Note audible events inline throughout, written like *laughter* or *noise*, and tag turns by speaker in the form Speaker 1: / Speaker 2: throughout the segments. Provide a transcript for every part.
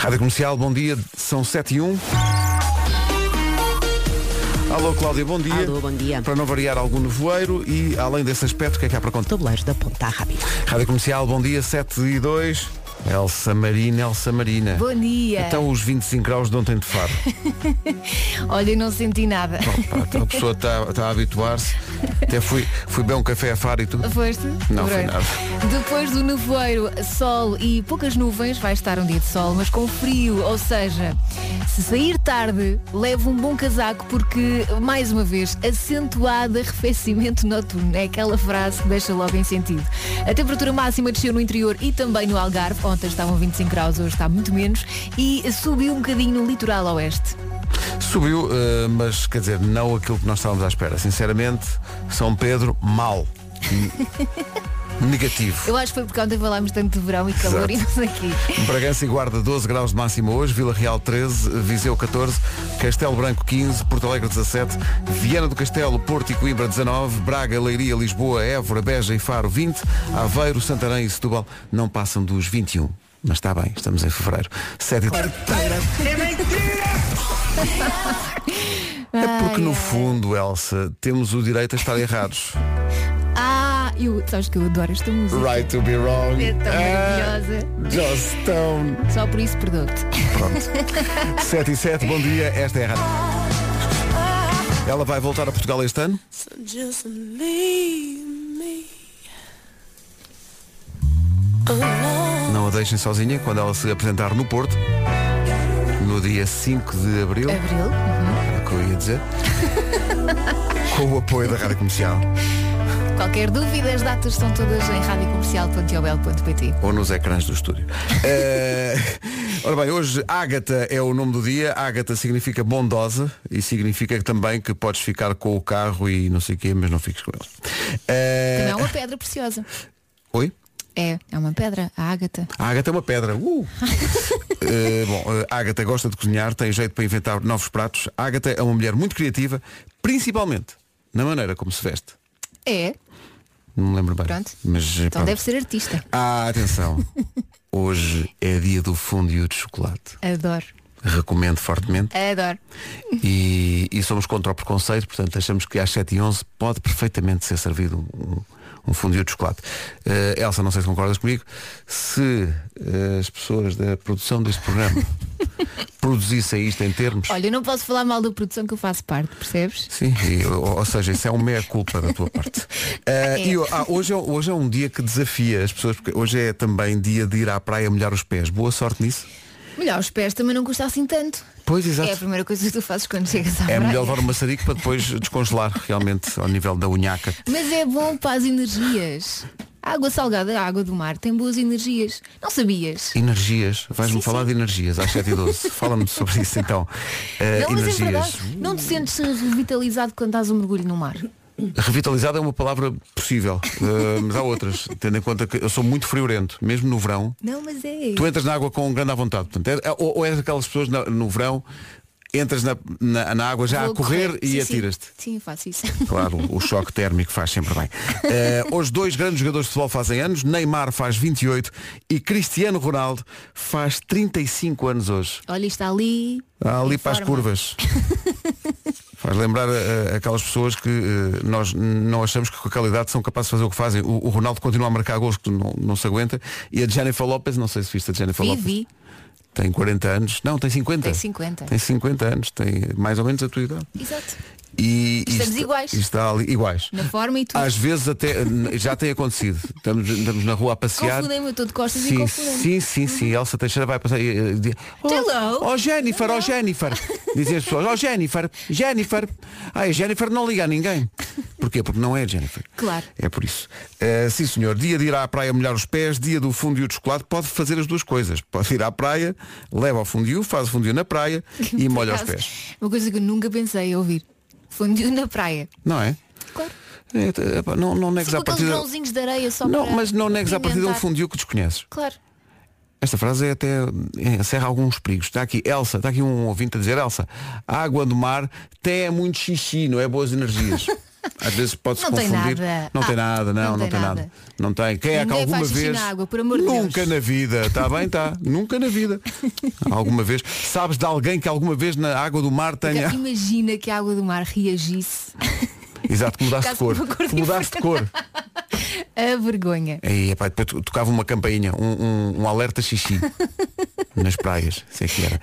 Speaker 1: Rádio Comercial, bom dia, são 7 e 1. Alô Cláudia, bom dia.
Speaker 2: Alô, bom dia.
Speaker 1: Para não variar algum nevoeiro e além desse aspecto, o que é que há para contar?
Speaker 2: Tabuleiros da Ponta Rábida.
Speaker 1: Rádio Comercial, bom dia, 7 e 2. Elsa Marina, Elsa Marina.
Speaker 3: Bom dia.
Speaker 1: Então os 25 graus de ontem de
Speaker 3: *laughs*
Speaker 1: Faro.
Speaker 3: Olha, eu não senti nada.
Speaker 1: Pá, então a pessoa está está a habituar-se. Até fui, fui beber um café a Faro e tudo.
Speaker 3: Foste?
Speaker 1: Não, foi
Speaker 3: Pronto.
Speaker 1: nada.
Speaker 3: Depois do nevoeiro, sol e poucas nuvens, vai estar um dia de sol, mas com frio, ou seja, se sair tarde, leve um bom casaco porque, mais uma vez, acentuado arrefecimento noturno. É aquela frase que deixa logo em sentido. A temperatura máxima desceu no interior e também no Algarve. Ontem estavam 25 graus, hoje está muito menos. E subiu um bocadinho no litoral oeste.
Speaker 1: Subiu, eh, mas quer dizer, não aquilo que nós estávamos à espera. Sinceramente, São Pedro, mal.
Speaker 3: *laughs*
Speaker 1: Negativo.
Speaker 3: Eu acho que foi porque ontem falámos tanto de verão e calor
Speaker 1: Exato.
Speaker 3: e não sei aqui.
Speaker 1: Bragança e Guarda 12 graus de máxima hoje, Vila Real 13, Viseu 14, Castelo Branco 15, Porto Alegre 17, Viana do Castelo, Porto e Coimbra 19, Braga, Leiria, Lisboa, Évora, Beja e Faro 20, Aveiro, Santarém e Setúbal não passam dos 21. Mas está bem, estamos em fevereiro. 7 e... É porque no fundo, Elsa, temos o direito a estar errados.
Speaker 3: Ah, eu, sabes que eu adoro esta música.
Speaker 1: Right Ah. to be wrong.
Speaker 3: É tão maravilhosa.
Speaker 1: Just Stone.
Speaker 3: Só por isso perdoo-te.
Speaker 1: Pronto. 7 e 7, bom dia, esta é a rádio. Ela vai voltar a Portugal este ano?
Speaker 4: Just leave me
Speaker 1: Não a deixem sozinha quando ela se apresentar no Porto. No dia 5 de Abril, era
Speaker 3: Abril? Uhum.
Speaker 1: o que eu ia dizer. *laughs* Com o apoio da Rádio Comercial.
Speaker 3: Qualquer dúvida, as datas estão todas em radiocomercial.iobel.pt
Speaker 1: Ou nos ecrãs do estúdio. Eh, Ora bem, hoje Ágata é o nome do dia. Ágata significa bondosa e significa também que podes ficar com o carro e não sei o quê, mas não fiques com ele.
Speaker 3: Também
Speaker 1: Eh,
Speaker 3: é uma pedra preciosa.
Speaker 1: Oi?
Speaker 3: É, é uma pedra, a ágata.
Speaker 1: A Ágata é uma pedra. Uh! *laughs* Eh, bom, eh, a Ágata gosta de cozinhar, tem jeito para inventar novos pratos. A Ágata é uma mulher muito criativa, principalmente na maneira como se veste.
Speaker 3: É,
Speaker 1: Não me lembro bem.
Speaker 3: Pronto.
Speaker 1: Mas, eh,
Speaker 3: então
Speaker 1: pronto.
Speaker 3: deve ser artista.
Speaker 1: Ah,
Speaker 3: *laughs*
Speaker 1: atenção. Hoje é dia do fundiu de chocolate.
Speaker 3: Adoro,
Speaker 1: Recomendo fortemente.
Speaker 3: adoro.
Speaker 1: E, e somos contra o preconceito, portanto achamos que às 7h11 pode perfeitamente ser servido um, um fundiu de chocolate. Eh, Elsa, não sei se concordas comigo, se eh, as pessoas da produção deste *laughs* programa produzissem isto em termos.
Speaker 3: Olha, eu não posso falar mal da produção que eu faço parte, percebes?
Speaker 1: Sim, e- ou, ou seja, isso é um meia-culpa da tua parte. Eh, e, ho- ah, hoje, é, hoje é um dia que desafia as pessoas, porque hoje é também dia de ir à praia molhar os pés. Boa sorte nisso.
Speaker 3: Melhor, os pés também não custa assim tanto.
Speaker 1: Pois, exato.
Speaker 3: É a primeira coisa que tu fazes quando chegas à
Speaker 1: É
Speaker 3: praia.
Speaker 1: melhor levar um maçarico para depois descongelar realmente ao nível da unhaca.
Speaker 3: Mas é bom para as energias. A água salgada, a água do mar, tem boas energias. Não sabias?
Speaker 1: Energias, vais-me
Speaker 3: Sim,
Speaker 1: falar
Speaker 3: sim.
Speaker 1: de energias às 7 e
Speaker 3: *laughs*
Speaker 1: 12 Fala-me sobre isso então. Eh,
Speaker 3: não, mas é
Speaker 1: energias.
Speaker 3: verdade. Não te sentes revitalizado quando dás um mergulho no mar?
Speaker 1: Revitalizado é uma palavra possível, eh, mas há outras, tendo em conta que eu sou muito friorento, mesmo no verão.
Speaker 3: Não, mas é.
Speaker 1: Tu entras na água com grande à vontade. Portanto, é- é- ou, ou és aquelas pessoas na- no verão, entras na, na- na água já
Speaker 3: Vou
Speaker 1: a correr,
Speaker 3: Sim,
Speaker 1: e
Speaker 3: sim.
Speaker 1: atiras-te.
Speaker 3: Sim, eu faço isso. *laughs*
Speaker 1: Claro, o choque térmico faz sempre bem. Eh, hoje dois grandes jogadores de futebol fazem anos, Neymar faz 28 e Cristiano Ronaldo faz 35 anos hoje.
Speaker 3: Olha, está ali.
Speaker 1: Há Ah, ali
Speaker 3: em
Speaker 1: para as
Speaker 3: forma. *laughs*
Speaker 1: curvas. Faz lembrar eh, aquelas pessoas que eh, nós não achamos que com aquela idade são capazes de fazer o que fazem. O, o Ronaldo continua a marcar gols que não, não se aguenta. E a Jennifer Lopez, não sei se viste a Jennifer
Speaker 3: Vi,
Speaker 1: Lopez.
Speaker 3: vi.
Speaker 1: Tem 40 anos. Não, tem 50.
Speaker 3: Tem 50.
Speaker 1: Tem 50 anos, tem mais ou menos a tua idade.
Speaker 3: Exato.
Speaker 1: E, e
Speaker 3: Estamos
Speaker 1: está-
Speaker 3: iguais.
Speaker 1: e Está ali, iguais.
Speaker 3: Na forma e *laughs* tudo.
Speaker 1: Às vezes até eh, já tem acontecido. Estamos, estamos na rua a passear.
Speaker 3: Confundem-me, eu estou de costas e
Speaker 1: Sim,
Speaker 3: confundem-me. Uhum.
Speaker 1: sim, sim, sim. Elsa Teixeira vai passar e eh, diz,
Speaker 3: Hello.
Speaker 1: Oh, oh Jennifer, oh Jennifer. Dizem as pessoas, oh Jennifer, Jennifer. Ai, a Jennifer não liga a ninguém. Porquê? Porque não é a Jennifer.
Speaker 3: Claro.
Speaker 1: É por isso. Eh, sim, senhor. Dia de ir à praia molhar os pés, dia do fundiu de chocolate, pode fazer as duas coisas. Pode ir à praia, leva ao fundiu, faz o fundiu na
Speaker 3: *laughs*
Speaker 1: praia e
Speaker 3: Por
Speaker 1: molha os
Speaker 3: acaso,
Speaker 1: pés.
Speaker 3: Uma coisa que eu nunca pensei em ouvir. Fundiu na praia.
Speaker 1: Não é?
Speaker 3: Claro.
Speaker 1: É, t- epá, não, não negues à
Speaker 3: Sim, com aqueles
Speaker 1: partida.
Speaker 3: grãozinhos de areia só
Speaker 1: Não,
Speaker 3: para
Speaker 1: mas não negues à partida um
Speaker 3: alimentar.
Speaker 1: fundiu que desconheces.
Speaker 3: Claro.
Speaker 1: Esta frase é até é, encerra alguns perigos. Está aqui Elsa,
Speaker 3: *laughs*
Speaker 1: está aqui um ouvinte a dizer Elsa, a água do mar até é muito xixi, não é boas energias. Às vezes pode-se
Speaker 3: Não tem
Speaker 1: confundir.
Speaker 3: nada.
Speaker 1: Não tem
Speaker 3: Ah,
Speaker 1: nada, não, não, tem, nada. Não tem. Quem é que
Speaker 3: Ninguém faz
Speaker 1: alguma
Speaker 3: xixi
Speaker 1: vez.
Speaker 3: na água, por amor de
Speaker 1: nunca
Speaker 3: Deus.
Speaker 1: na vida, está bem, está. Nunca na vida. Alguma vez. Sabes de alguém que alguma vez na água do mar tenha.
Speaker 3: Imagina que a água do mar reagisse
Speaker 1: Exato, que mudaste de
Speaker 3: Caso
Speaker 1: cor.
Speaker 3: uma cor
Speaker 1: Que mudaste de cor.
Speaker 3: a vergonha.
Speaker 1: E epá, É, depois to- tocava uma campainha, um, um- um alerta
Speaker 3: *laughs*
Speaker 1: xixi nas praias, sei que era.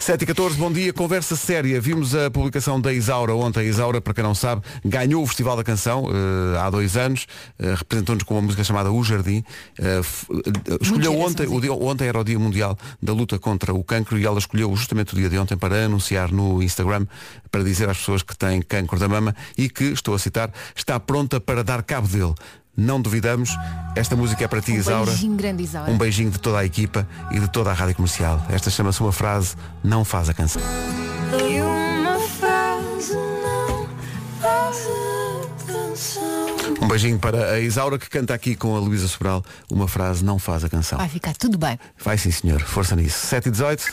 Speaker 1: 7 e 14, bom dia, conversa séria. Vimos a publicação da Isaura ontem. A Isaura, para quem não sabe, ganhou o Festival da Canção eh, há dois anos, eh, representou-nos com uma música chamada O Jardim. Eh, f- eh, escolheu
Speaker 3: gira essa
Speaker 1: ontem, o
Speaker 3: música.
Speaker 1: dia, ontem era o Dia Mundial da Luta contra o Cancro e ela escolheu justamente o dia de ontem para anunciar no Instagram, para dizer às pessoas que têm cancro da mama e que, estou a citar, está pronta para dar cabo dele. Não duvidamos, esta música é para ti,
Speaker 3: Um
Speaker 1: Isaura.
Speaker 3: beijinho grande, Isaura.
Speaker 1: Um beijinho de toda a equipa e de toda a rádio comercial. Esta chama-se uma frase, não faz a canção.
Speaker 4: E uma frase não faz a canção.
Speaker 1: Um beijinho para a Isaura que canta aqui com a Luísa Sobral. Uma frase, não faz a canção.
Speaker 3: Vai ficar tudo bem.
Speaker 1: Vai sim, senhor. Força nisso. 7 e 18.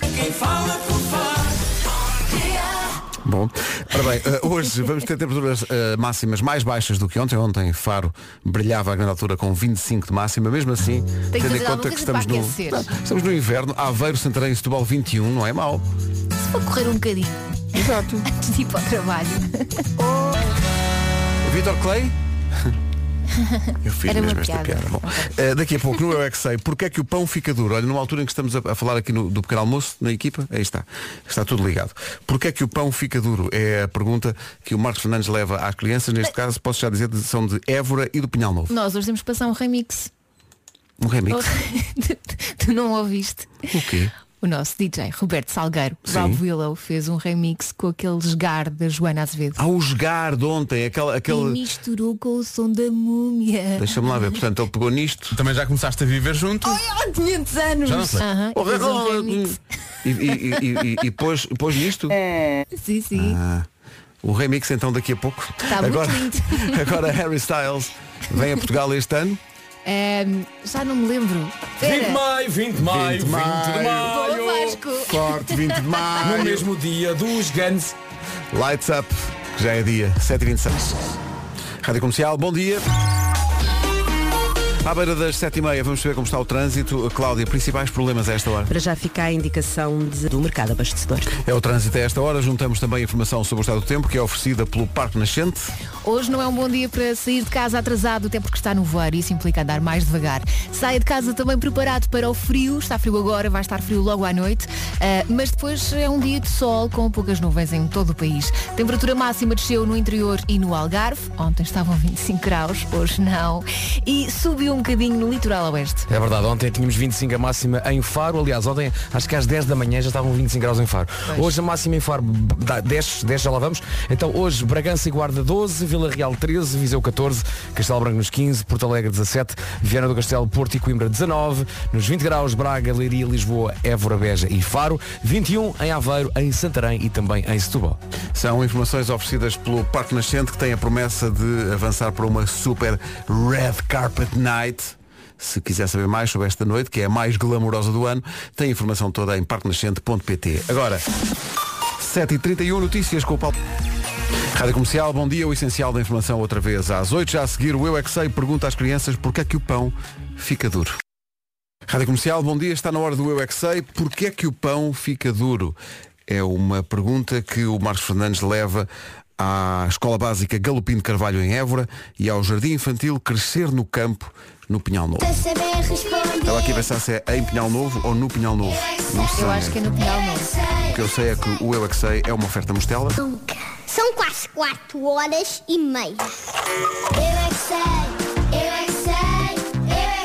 Speaker 1: Bom, ora bem, eh, hoje vamos ter temperaturas eh, máximas mais baixas do que ontem. Ontem Faro brilhava à grande altura com 25 de máxima, mesmo assim,
Speaker 3: Tem que
Speaker 1: tendo em
Speaker 3: fazer
Speaker 1: conta
Speaker 3: alguma
Speaker 1: que
Speaker 3: coisa para
Speaker 1: estamos no,
Speaker 3: aquecer.
Speaker 1: Não, estamos no inverno, Aveiro, Santarém e Setúbal 21, não é mau.
Speaker 3: Se for correr um bocadinho
Speaker 1: Exato.
Speaker 3: *laughs* antes de ir para o trabalho.
Speaker 1: Vitor
Speaker 3: *laughs*
Speaker 1: Clay? Eu fiz
Speaker 3: Era uma
Speaker 1: mesmo esta
Speaker 3: piada.
Speaker 1: piada. Bom,
Speaker 3: Ok.
Speaker 1: eh, daqui a pouco, no Eu é que sei, porque é que o pão fica duro? Olha, numa altura em que estamos a, a falar aqui no- do pequeno almoço, na equipa, aí está. Está tudo ligado. Porque é que o pão fica duro? É a pergunta que o Marcos Fernandes leva às crianças, neste caso posso já dizer, de- são de Évora e do Pinhal Novo.
Speaker 3: Nós hoje temos que passar um remix.
Speaker 1: Um remix.
Speaker 3: *laughs* tu não ouviste?
Speaker 1: O quê?
Speaker 3: O nosso DJ, Roberto Salgueiro,
Speaker 1: Sim.
Speaker 3: Bob Willow, fez um remix com aquele esgar da Joana Azevedo.
Speaker 1: Há o jogar de ontem, Ah, aquele.
Speaker 3: E
Speaker 1: aquele...
Speaker 3: misturou com o som da múmia.
Speaker 1: Deixa-me lá ver, portanto, ele pegou nisto.
Speaker 2: Também já começaste a viver junto? então,
Speaker 3: Ai, há 500 anos!
Speaker 2: Já não sei.
Speaker 3: Aham,
Speaker 1: Oh,
Speaker 3: e fez um remix. É
Speaker 1: E, e, e, e, e pôs, pôs nisto?
Speaker 3: Sim, sim.
Speaker 1: Ah, o remix então daqui a pouco.
Speaker 3: Tá muito
Speaker 1: agora,
Speaker 3: lindo.
Speaker 1: *laughs* agora Harry Styles vem a Portugal este
Speaker 3: *laughs*
Speaker 1: ano.
Speaker 3: Ahm, Ehm, já não me lembro.
Speaker 2: 20 de
Speaker 3: Espera.
Speaker 2: maio, 20 de maio, 20 de
Speaker 3: Boa,
Speaker 2: maio.
Speaker 3: Vasco!
Speaker 1: Forte, 20 de
Speaker 2: No
Speaker 1: maio.
Speaker 2: mesmo dia dos Guns.
Speaker 1: um. Lights Up, que já é dia, 7h26. Rádio Comercial, bom dia. À beira das 7h30, vamos ver como está o trânsito. Cláudia, principais problemas a esta hora?
Speaker 5: Para já fica a indicação de- do mercado abastecedor.
Speaker 1: É o trânsito a esta hora. Juntamos também informação sobre o estado do tempo, que é oferecida pelo Parque Nascente.
Speaker 3: Hoje não é um bom dia para sair de casa atrasado, até porque está no voeiro e isso implica andar mais devagar. Saia de casa também preparado para o frio, está frio agora, vai estar frio logo à noite, ah, mas depois é um dia de sol com poucas nuvens em todo o país. Temperatura máxima desceu no interior e no Algarve, ontem estavam *laughs* 25 graus, hoje não, e subiu um bocadinho no litoral oeste.
Speaker 6: É verdade, ontem tínhamos 25 a máxima em Faro, aliás, ontem acho que às 10 da manhã já estavam 25 graus em Faro. Hoje a máxima em Faro dá 10, 10 já lá vamos. Então hoje Bragança e Guarda 12, Vila Real 13, Viseu 14, Castelo Branco nos 15, Porto Alegre 17, Viana do Castelo, Porto e Coimbra 19, nos 20 graus Braga, Leiria, Lisboa, Évora, Beja e Faro, 21 em Aveiro, em Santarém e também em Setúbal.
Speaker 1: São informações oferecidas pelo Parque Nascente que tem a promessa de avançar para uma super Red Carpet Night. Se quiser saber mais sobre esta noite, que é a mais glamourosa do ano, tem a informação toda em parquenascente.pt. Agora, 7h31, notícias com o Paulo. Rádio Comercial, bom dia, o essencial da informação outra vez às 8 Já a seguir, o Eu é que Sei pergunta às crianças porque é que o pão fica duro. Rádio Comercial, bom dia, está na hora do Eu É Que Sei. Porquê é que o pão fica duro? É uma pergunta que o Marcos Fernandes leva à Escola Básica Galopim de Carvalho em Évora e ao Jardim Infantil Crescer no Campo, no Pinhal Novo.
Speaker 7: saber responder.
Speaker 1: Estava aqui a pensar se é em Pinhal Novo ou no Pinhal Novo. Não sei.
Speaker 3: Eu acho que é no Pinhal Novo.
Speaker 1: O que eu sei é que o Eu É Que Sei é uma oferta mostela.
Speaker 7: São quase 4 horas e meia. Eu é que sei, eu é que sei, eu é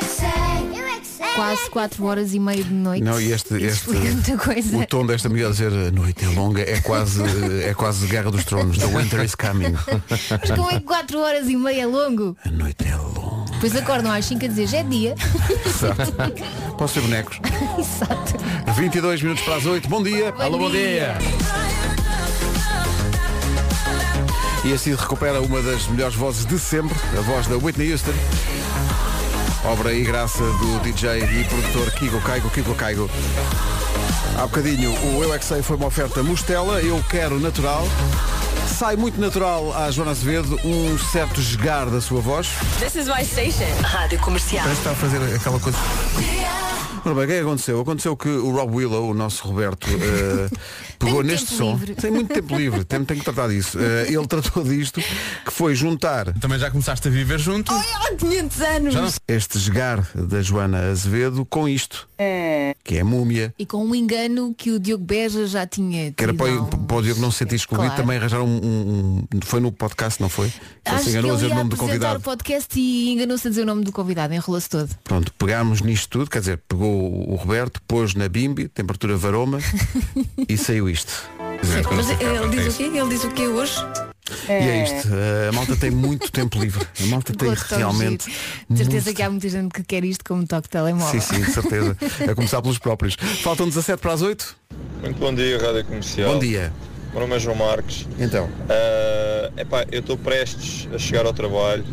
Speaker 7: que sei, eu é que sei.
Speaker 3: Quase 4 horas e meia de noite.
Speaker 1: Não, e este,
Speaker 3: Isso
Speaker 1: este
Speaker 3: explica muita coisa.
Speaker 1: o tom desta mulher a dizer a noite é longa é quase, eh, é quase Guerra dos Tronos, The Winter is
Speaker 3: *laughs*
Speaker 1: Coming.
Speaker 3: Mas como é que 4 horas e meia é longo?
Speaker 1: A noite é longa.
Speaker 3: Depois acordam às 5 a dizer já é dia. *laughs*
Speaker 1: Posso ser bonecos?
Speaker 3: Exato.
Speaker 1: 22 minutos para as 8, bom dia.
Speaker 3: Alô, bom dia.
Speaker 1: E assim recupera uma das melhores vozes de sempre, a voz da Whitney Houston. Obra e graça do DJ e produtor Kiko Caigo, Kiko Caigo. Há bocadinho o Eu é Que Sei foi uma oferta mostela, eu quero natural. Sai muito natural à Joana Azevedo um certo esgar da sua voz.
Speaker 8: This is my station.
Speaker 9: Rádio Comercial.
Speaker 1: Parece que está a fazer aquela coisa. Ora bem, o que é que aconteceu? Aconteceu que o Rob Willow, o nosso Roberto, eh,
Speaker 3: *laughs*
Speaker 1: pegou
Speaker 3: muito
Speaker 1: neste
Speaker 3: tempo
Speaker 1: som.
Speaker 3: livre.
Speaker 1: Tem muito tempo livre, tem, tem que tratar disso. Eh, ele tratou disto, que foi juntar
Speaker 2: Também já começaste a viver junto.
Speaker 3: Há 500 anos!
Speaker 2: Já não-
Speaker 1: este esgar da Joana Azevedo com isto, que é a múmia.
Speaker 3: E com um engano que o Diogo Beja já tinha.
Speaker 1: Que era
Speaker 3: tido
Speaker 1: para,
Speaker 3: há uns-
Speaker 1: para o Diogo não se sentir excluído,
Speaker 3: Claro.
Speaker 1: também arranjaram um, um- um- Foi no podcast, não foi? Que Ele
Speaker 3: Acho
Speaker 1: se
Speaker 3: que ele
Speaker 1: enganou a dizer o
Speaker 3: ia
Speaker 1: nome do
Speaker 3: apresentar
Speaker 1: convidado.
Speaker 3: o podcast e enganou-se a dizer o nome do convidado, enrolou-se todo.
Speaker 1: Pronto, pegámos nisto tudo, quer dizer, pegou o Roberto, pôs na bimbi, temperatura
Speaker 3: *laughs*
Speaker 1: varoma e saiu isto.
Speaker 8: Mas
Speaker 1: é
Speaker 8: ele diz o quê? Ele diz o quê hoje?
Speaker 1: E é isto. eh, A malta tem muito tempo livre. A malta tem
Speaker 3: Gosto tão
Speaker 1: realmente.
Speaker 3: giro. De certeza
Speaker 1: muito
Speaker 3: que há muita gente que quer isto como toque de telemóvel.
Speaker 1: Sim, sim, de certeza. A começar pelos próprios. Faltam 17 para as 8.
Speaker 10: Muito bom dia, Rádio Comercial.
Speaker 1: Bom dia.
Speaker 10: Meu nome é João Marques.
Speaker 1: Então.
Speaker 10: Ah, epá, eu estou prestes a chegar ao trabalho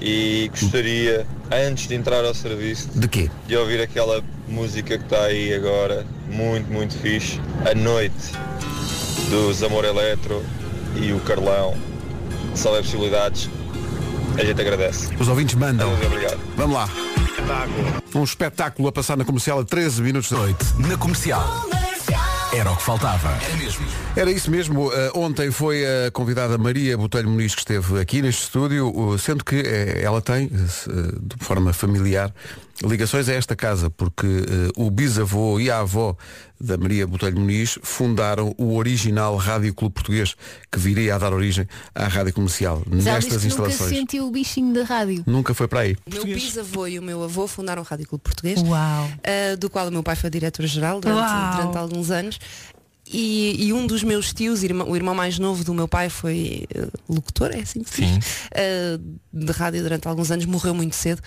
Speaker 10: e gostaria, antes de entrar ao serviço,
Speaker 1: De quê?
Speaker 10: de ouvir aquela música que está aí agora, muito, muito fixe, A Noite, dos Amor Eletro e o Carlão. Se houver possibilidades, a gente agradece.
Speaker 1: Os ouvintes mandam.
Speaker 10: Muito obrigado.
Speaker 1: Vamos lá. Um espetáculo a passar na comercial a 13 minutos da noite.
Speaker 11: Na comercial. Era o que faltava. Era mesmo.
Speaker 1: Era isso mesmo. eh, ontem foi a convidada Maria Botelho Muniz que esteve aqui neste estúdio, o- sendo que eh, ela tem, eh, se, eh, de forma familiar, ligações a esta casa, porque eh, o bisavô e a avó da Maria Botelho Muniz fundaram o original Rádio Clube Português, que viria a dar origem à Rádio Comercial,
Speaker 3: Mas ela
Speaker 1: nestas
Speaker 3: diz que nunca
Speaker 1: instalações.
Speaker 3: sentiu o bichinho da rádio.
Speaker 1: Nunca foi para aí.
Speaker 8: O meu bisavô e o meu avô fundaram o Rádio Clube Português,
Speaker 3: Uau.
Speaker 8: ah, do qual o meu pai foi diretor-geral durante,
Speaker 3: Uau.
Speaker 8: durante alguns anos. E, e um dos meus tios, irmã- o irmão mais novo do meu pai, foi ah, locutor, é assim que se diz, ah, de rádio durante alguns anos, morreu muito cedo,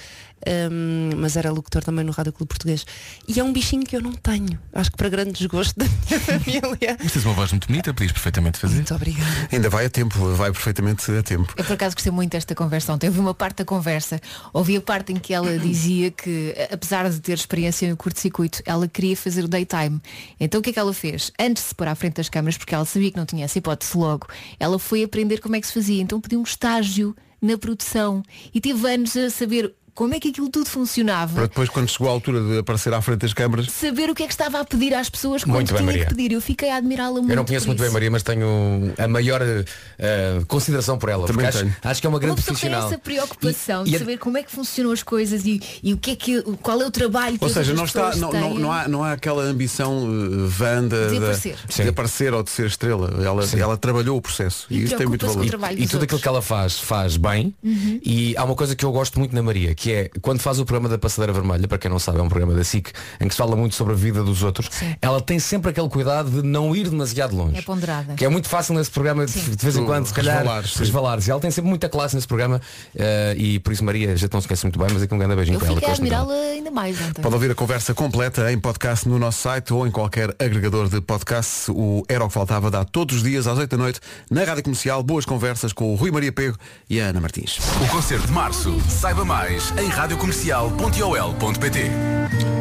Speaker 8: ahm, mas era locutor também no Rádio Clube Português. E é um bichinho que eu não tenho, acho que para grande desgosto da minha *laughs* família.
Speaker 11: Mas tens uma voz muito bonita, podias perfeitamente fazer.
Speaker 8: Muito obrigada.
Speaker 1: Ainda vai a tempo, vai perfeitamente a tempo.
Speaker 3: Eu por acaso gostei muito desta conversa ontem. Houve uma parte da conversa. Ouvi a parte em que
Speaker 6: *clears throat*
Speaker 3: ela dizia que, a- apesar de ter experiência no curto-circuito, ela queria fazer o daytime. Então o que é que ela fez? Antes de se pôr à frente das câmaras, porque ela sabia que não tinha essa hipótese logo, ela foi aprender como é que se fazia. Então pediu um estágio na produção e teve anos a saber como é que aquilo tudo
Speaker 1: Para
Speaker 3: funcionava.
Speaker 1: depois, quando chegou a altura de aparecer à frente das câmaras,
Speaker 3: Saber o que é que estava a pedir às pessoas quando
Speaker 6: Muito bem,
Speaker 3: tinha
Speaker 6: Maria.
Speaker 3: que pedir. Eu fiquei a admirá-la muito.
Speaker 6: Eu não conheço
Speaker 3: por
Speaker 6: muito bem
Speaker 3: isso.
Speaker 6: a Maria, mas tenho a maior eh, consideração por ela.
Speaker 1: Também
Speaker 6: porque acho,
Speaker 1: tenho.
Speaker 6: acho que é uma grande
Speaker 3: uma pessoa que tem
Speaker 6: profissional.
Speaker 3: essa preocupação
Speaker 6: E- e
Speaker 3: de
Speaker 6: a-
Speaker 3: saber como é que funcionam as coisas e, e o que é que, qual é o trabalho que
Speaker 1: Ou
Speaker 3: as
Speaker 1: seja, não,
Speaker 3: outras
Speaker 1: está, não,
Speaker 3: pessoas
Speaker 1: não,
Speaker 3: têm.
Speaker 1: não, há, não há aquela ambição eh, vã da-
Speaker 3: De
Speaker 1: da-
Speaker 3: aparecer.
Speaker 1: de aparecer ou de ser estrela. Ela, ela trabalhou o processo e,
Speaker 3: E
Speaker 1: isso tem muito
Speaker 3: preocupa-se com
Speaker 1: valor.
Speaker 3: o trabalho
Speaker 6: E
Speaker 3: dos
Speaker 6: tudo aquilo
Speaker 3: outros. Uhum.
Speaker 6: que ela faz, faz bem. E há uma coisa que eu gosto muito na Maria, que é quando faz o programa da Passadeira Vermelha, para quem não sabe, é um programa da SIC, em que se fala muito sobre a vida dos outros, ela tem sempre aquele cuidado de não ir demasiado longe.
Speaker 3: É ponderada.
Speaker 6: Que é muito fácil nesse programa, de, de vez em
Speaker 1: Tu
Speaker 6: quando, se calhar,
Speaker 1: resvalares, sim.
Speaker 6: resvalares. E ela tem sempre muita classe nesse programa. eh, e por isso, Maria, já não se conhece muito bem, mas aqui um grande beijinho
Speaker 3: Eu
Speaker 6: para ela.
Speaker 3: fiquei a
Speaker 6: gosto muito dela.
Speaker 3: admirá-la ainda mais ontem.
Speaker 1: Pode ouvir a conversa completa em podcast no nosso site ou em qualquer agregador de podcasts. O Era o que Faltava dá todos os dias às 8 da noite na Rádio Comercial. Boas conversas com o Rui Maria Pego e a Ana Martins.
Speaker 11: O concerto de março. Saiba mais em radiocomercial.ol.pt.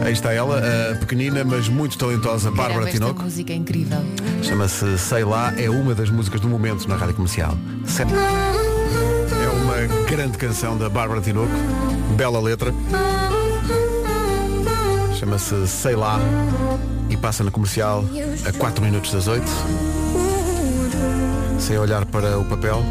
Speaker 1: Aí está ela, a pequenina, mas muito talentosa
Speaker 3: Caramba,
Speaker 1: Bárbara
Speaker 3: esta
Speaker 1: Tinoco.
Speaker 3: música é incrível.
Speaker 1: Chama-se Sei Lá, é uma das músicas do momento na Rádio Comercial. Sete- É uma grande canção da Bárbara Tinoco, bela letra. Chama-se Sei Lá e passa na comercial a 4 minutos das 8. Sem olhar para o papel,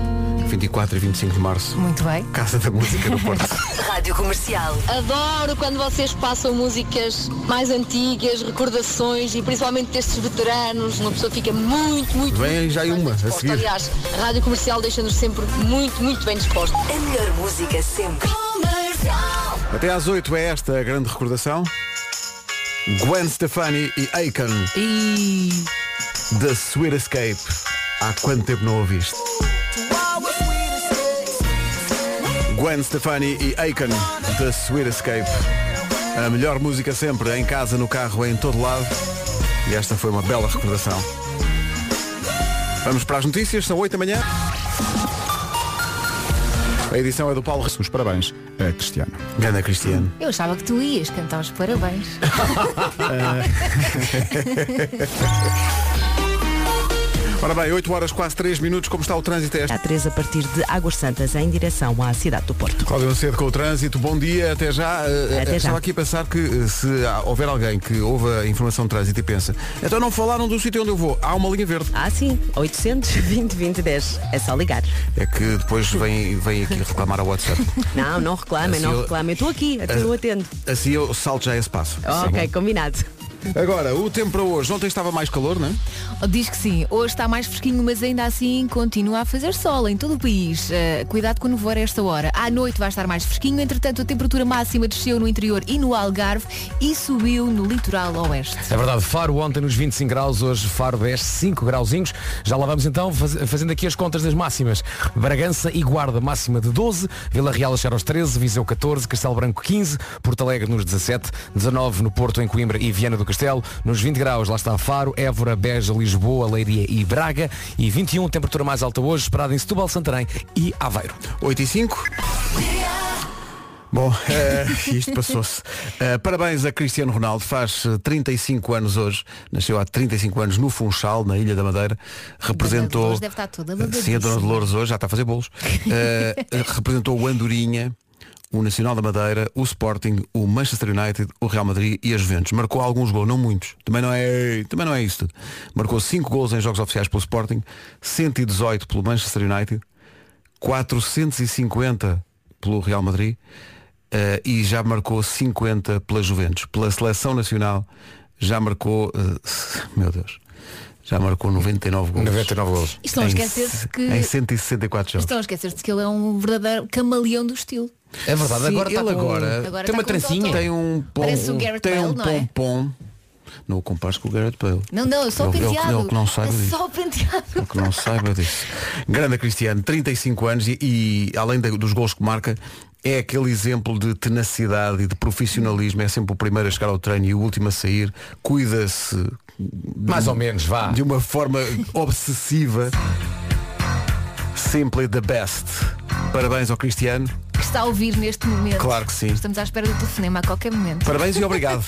Speaker 1: 24 e 25 de março.
Speaker 3: Muito bem.
Speaker 1: Casa da Música no Porto.
Speaker 9: Rádio Comercial.
Speaker 8: Adoro quando vocês passam músicas mais antigas, recordações e principalmente destes veteranos. Uma pessoa fica muito, muito,
Speaker 1: Vem aí já aí uma, a seguir.
Speaker 8: Aliás, a rádio comercial deixa-nos sempre muito, muito bem disposta.
Speaker 9: A melhor música sempre.
Speaker 1: Até às 8 é esta a grande recordação. Gwen Stefani e Aiken.
Speaker 3: E
Speaker 1: The Sweet Escape. Há quanto tempo não ouviste? Gwen Stefani e Aiken, The Sweet Escape. A melhor música sempre, em casa, no carro, em todo lado. E esta foi uma bela recordação. Vamos para as notícias, são 8 da manhã.
Speaker 11: A edição é do Paulo Ressus. Parabéns a Cristiano.
Speaker 1: Gana Cristiano.
Speaker 3: eu achava que tu ias cantar
Speaker 1: *laughs*
Speaker 3: os parabéns.
Speaker 1: Ora bem, 8 horas quase 3 minutos, como está o trânsito a esta?
Speaker 5: Há três a partir de Águas Santas, em direção à cidade do Porto.
Speaker 1: Cláudio Cedo com o trânsito, bom dia, até já. Eh,
Speaker 5: Até já.
Speaker 1: Estava aqui a pensar que eh, se há- houver alguém que ouve a informação de trânsito e pensa, então não falaram do sítio onde eu vou, há uma linha verde.
Speaker 5: Ah, sim, 820 20 10. É só ligar.
Speaker 1: É que depois vem, vem aqui reclamar ao
Speaker 5: *laughs*
Speaker 1: WhatsApp.
Speaker 5: Não, não reclamem,
Speaker 1: Assim
Speaker 5: não
Speaker 1: eu-
Speaker 5: reclamem. Eu estou aqui, até eu atendo.
Speaker 1: Assim eu salto já esse passo.
Speaker 5: ok, combinado.
Speaker 1: Agora, o tempo para hoje. Ontem estava mais calor, não é?
Speaker 3: Diz que sim, hoje está mais fresquinho, mas ainda assim continua a fazer sol em todo o país. Eh, cuidado com o nevoeiro a esta hora. À noite vai estar mais fresquinho, entretanto a temperatura máxima desceu no interior e no Algarve e subiu no litoral oeste.
Speaker 6: É verdade, Faro ontem nos 25 graus, hoje Faro 10, 5 grauzinhos. Já lá vamos então, faz- fazendo aqui as contas das máximas. Bragança e Guarda, máxima de 12, Vila Real a chegar aos 13, Viseu 14, Castelo Branco 15, Porto Alegre nos 17, 19 no Porto, em Coimbra e Viana do Castelo. Nos 20 graus, lá está Faro, Évora, Beja, Lisboa, Leiria e Braga. E 21, temperatura mais alta hoje, esperada em Setúbal, Santarém e Aveiro.
Speaker 1: 8 e 5. Bom, *laughs* eh, isto passou-se. Eh, parabéns a Cristiano Ronaldo, faz eh, 35 anos hoje, nasceu há 35 anos no Funchal, na Ilha da Madeira, representou.
Speaker 3: Dolores deve estar toda
Speaker 1: Sim, a Dona
Speaker 3: babadíssima.
Speaker 1: Dolores hoje já está a fazer bolos. Eh, *laughs* representou o Andorinha, o Nacional da Madeira, o Sporting, o Manchester United, o Real Madrid e as Juventus. Marcou alguns gols, não muitos. Também não é, também não é isso tudo. Marcou 5 gols em jogos oficiais pelo Sporting, 118 pelo Manchester United, 450 pelo Real Madrid eh, e já marcou 50 pela Juventus. Pela Seleção Nacional já marcou, eh, meu Deus, já marcou 99 gols.
Speaker 6: 99 gols.
Speaker 3: Isto não esquecer-se que-
Speaker 1: Em 164 jogos.
Speaker 3: Estão a esquecer-se que ele é um verdadeiro camaleão do estilo.
Speaker 1: É verdade,
Speaker 6: Sim,
Speaker 1: agora está
Speaker 6: ele
Speaker 1: com-
Speaker 6: agora
Speaker 3: Agora tem está uma com um trancinha. totó.
Speaker 1: Tem um pom,
Speaker 3: Parece o Gareth
Speaker 1: tem um
Speaker 3: Bale, não é?
Speaker 1: pompom. Não o compares com o Gareth Bale.
Speaker 3: Não, não, é só o
Speaker 1: Ele- ele-
Speaker 3: penteado.
Speaker 1: ele que não saiba
Speaker 3: é
Speaker 1: disso.
Speaker 3: só o penteado. *laughs*
Speaker 1: Que não saiba disso. Grande Cristiano, 35 anos e, e além da- dos gols que marca, é aquele exemplo de tenacidade e de profissionalismo. É sempre o primeiro a chegar ao treino e o último a sair. Cuida-se. de
Speaker 6: Mais
Speaker 1: um-
Speaker 6: ou menos, vá.
Speaker 1: De uma forma obsessiva. Simply the best. Parabéns ao Cristiano.
Speaker 3: Que está a ouvir neste momento.
Speaker 1: Claro que sim.
Speaker 3: Estamos à espera do telefonema a qualquer momento.
Speaker 1: Parabéns e obrigado.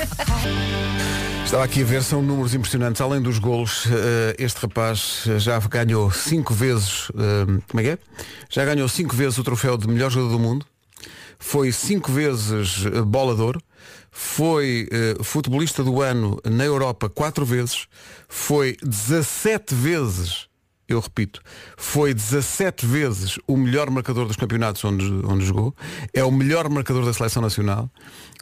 Speaker 1: Estava aqui a ver, são números impressionantes. Além dos golos, eh, este rapaz eh, já ganhou cinco vezes, eh, como é que é? Já ganhou cinco vezes o troféu de melhor jogador do mundo. Foi cinco vezes eh, bola de ouro. Foi eh, futebolista do ano na Europa quatro vezes. Foi 17 vezes, eu repito, foi 17 vezes o melhor marcador dos campeonatos onde, onde jogou. É o melhor marcador da seleção nacional.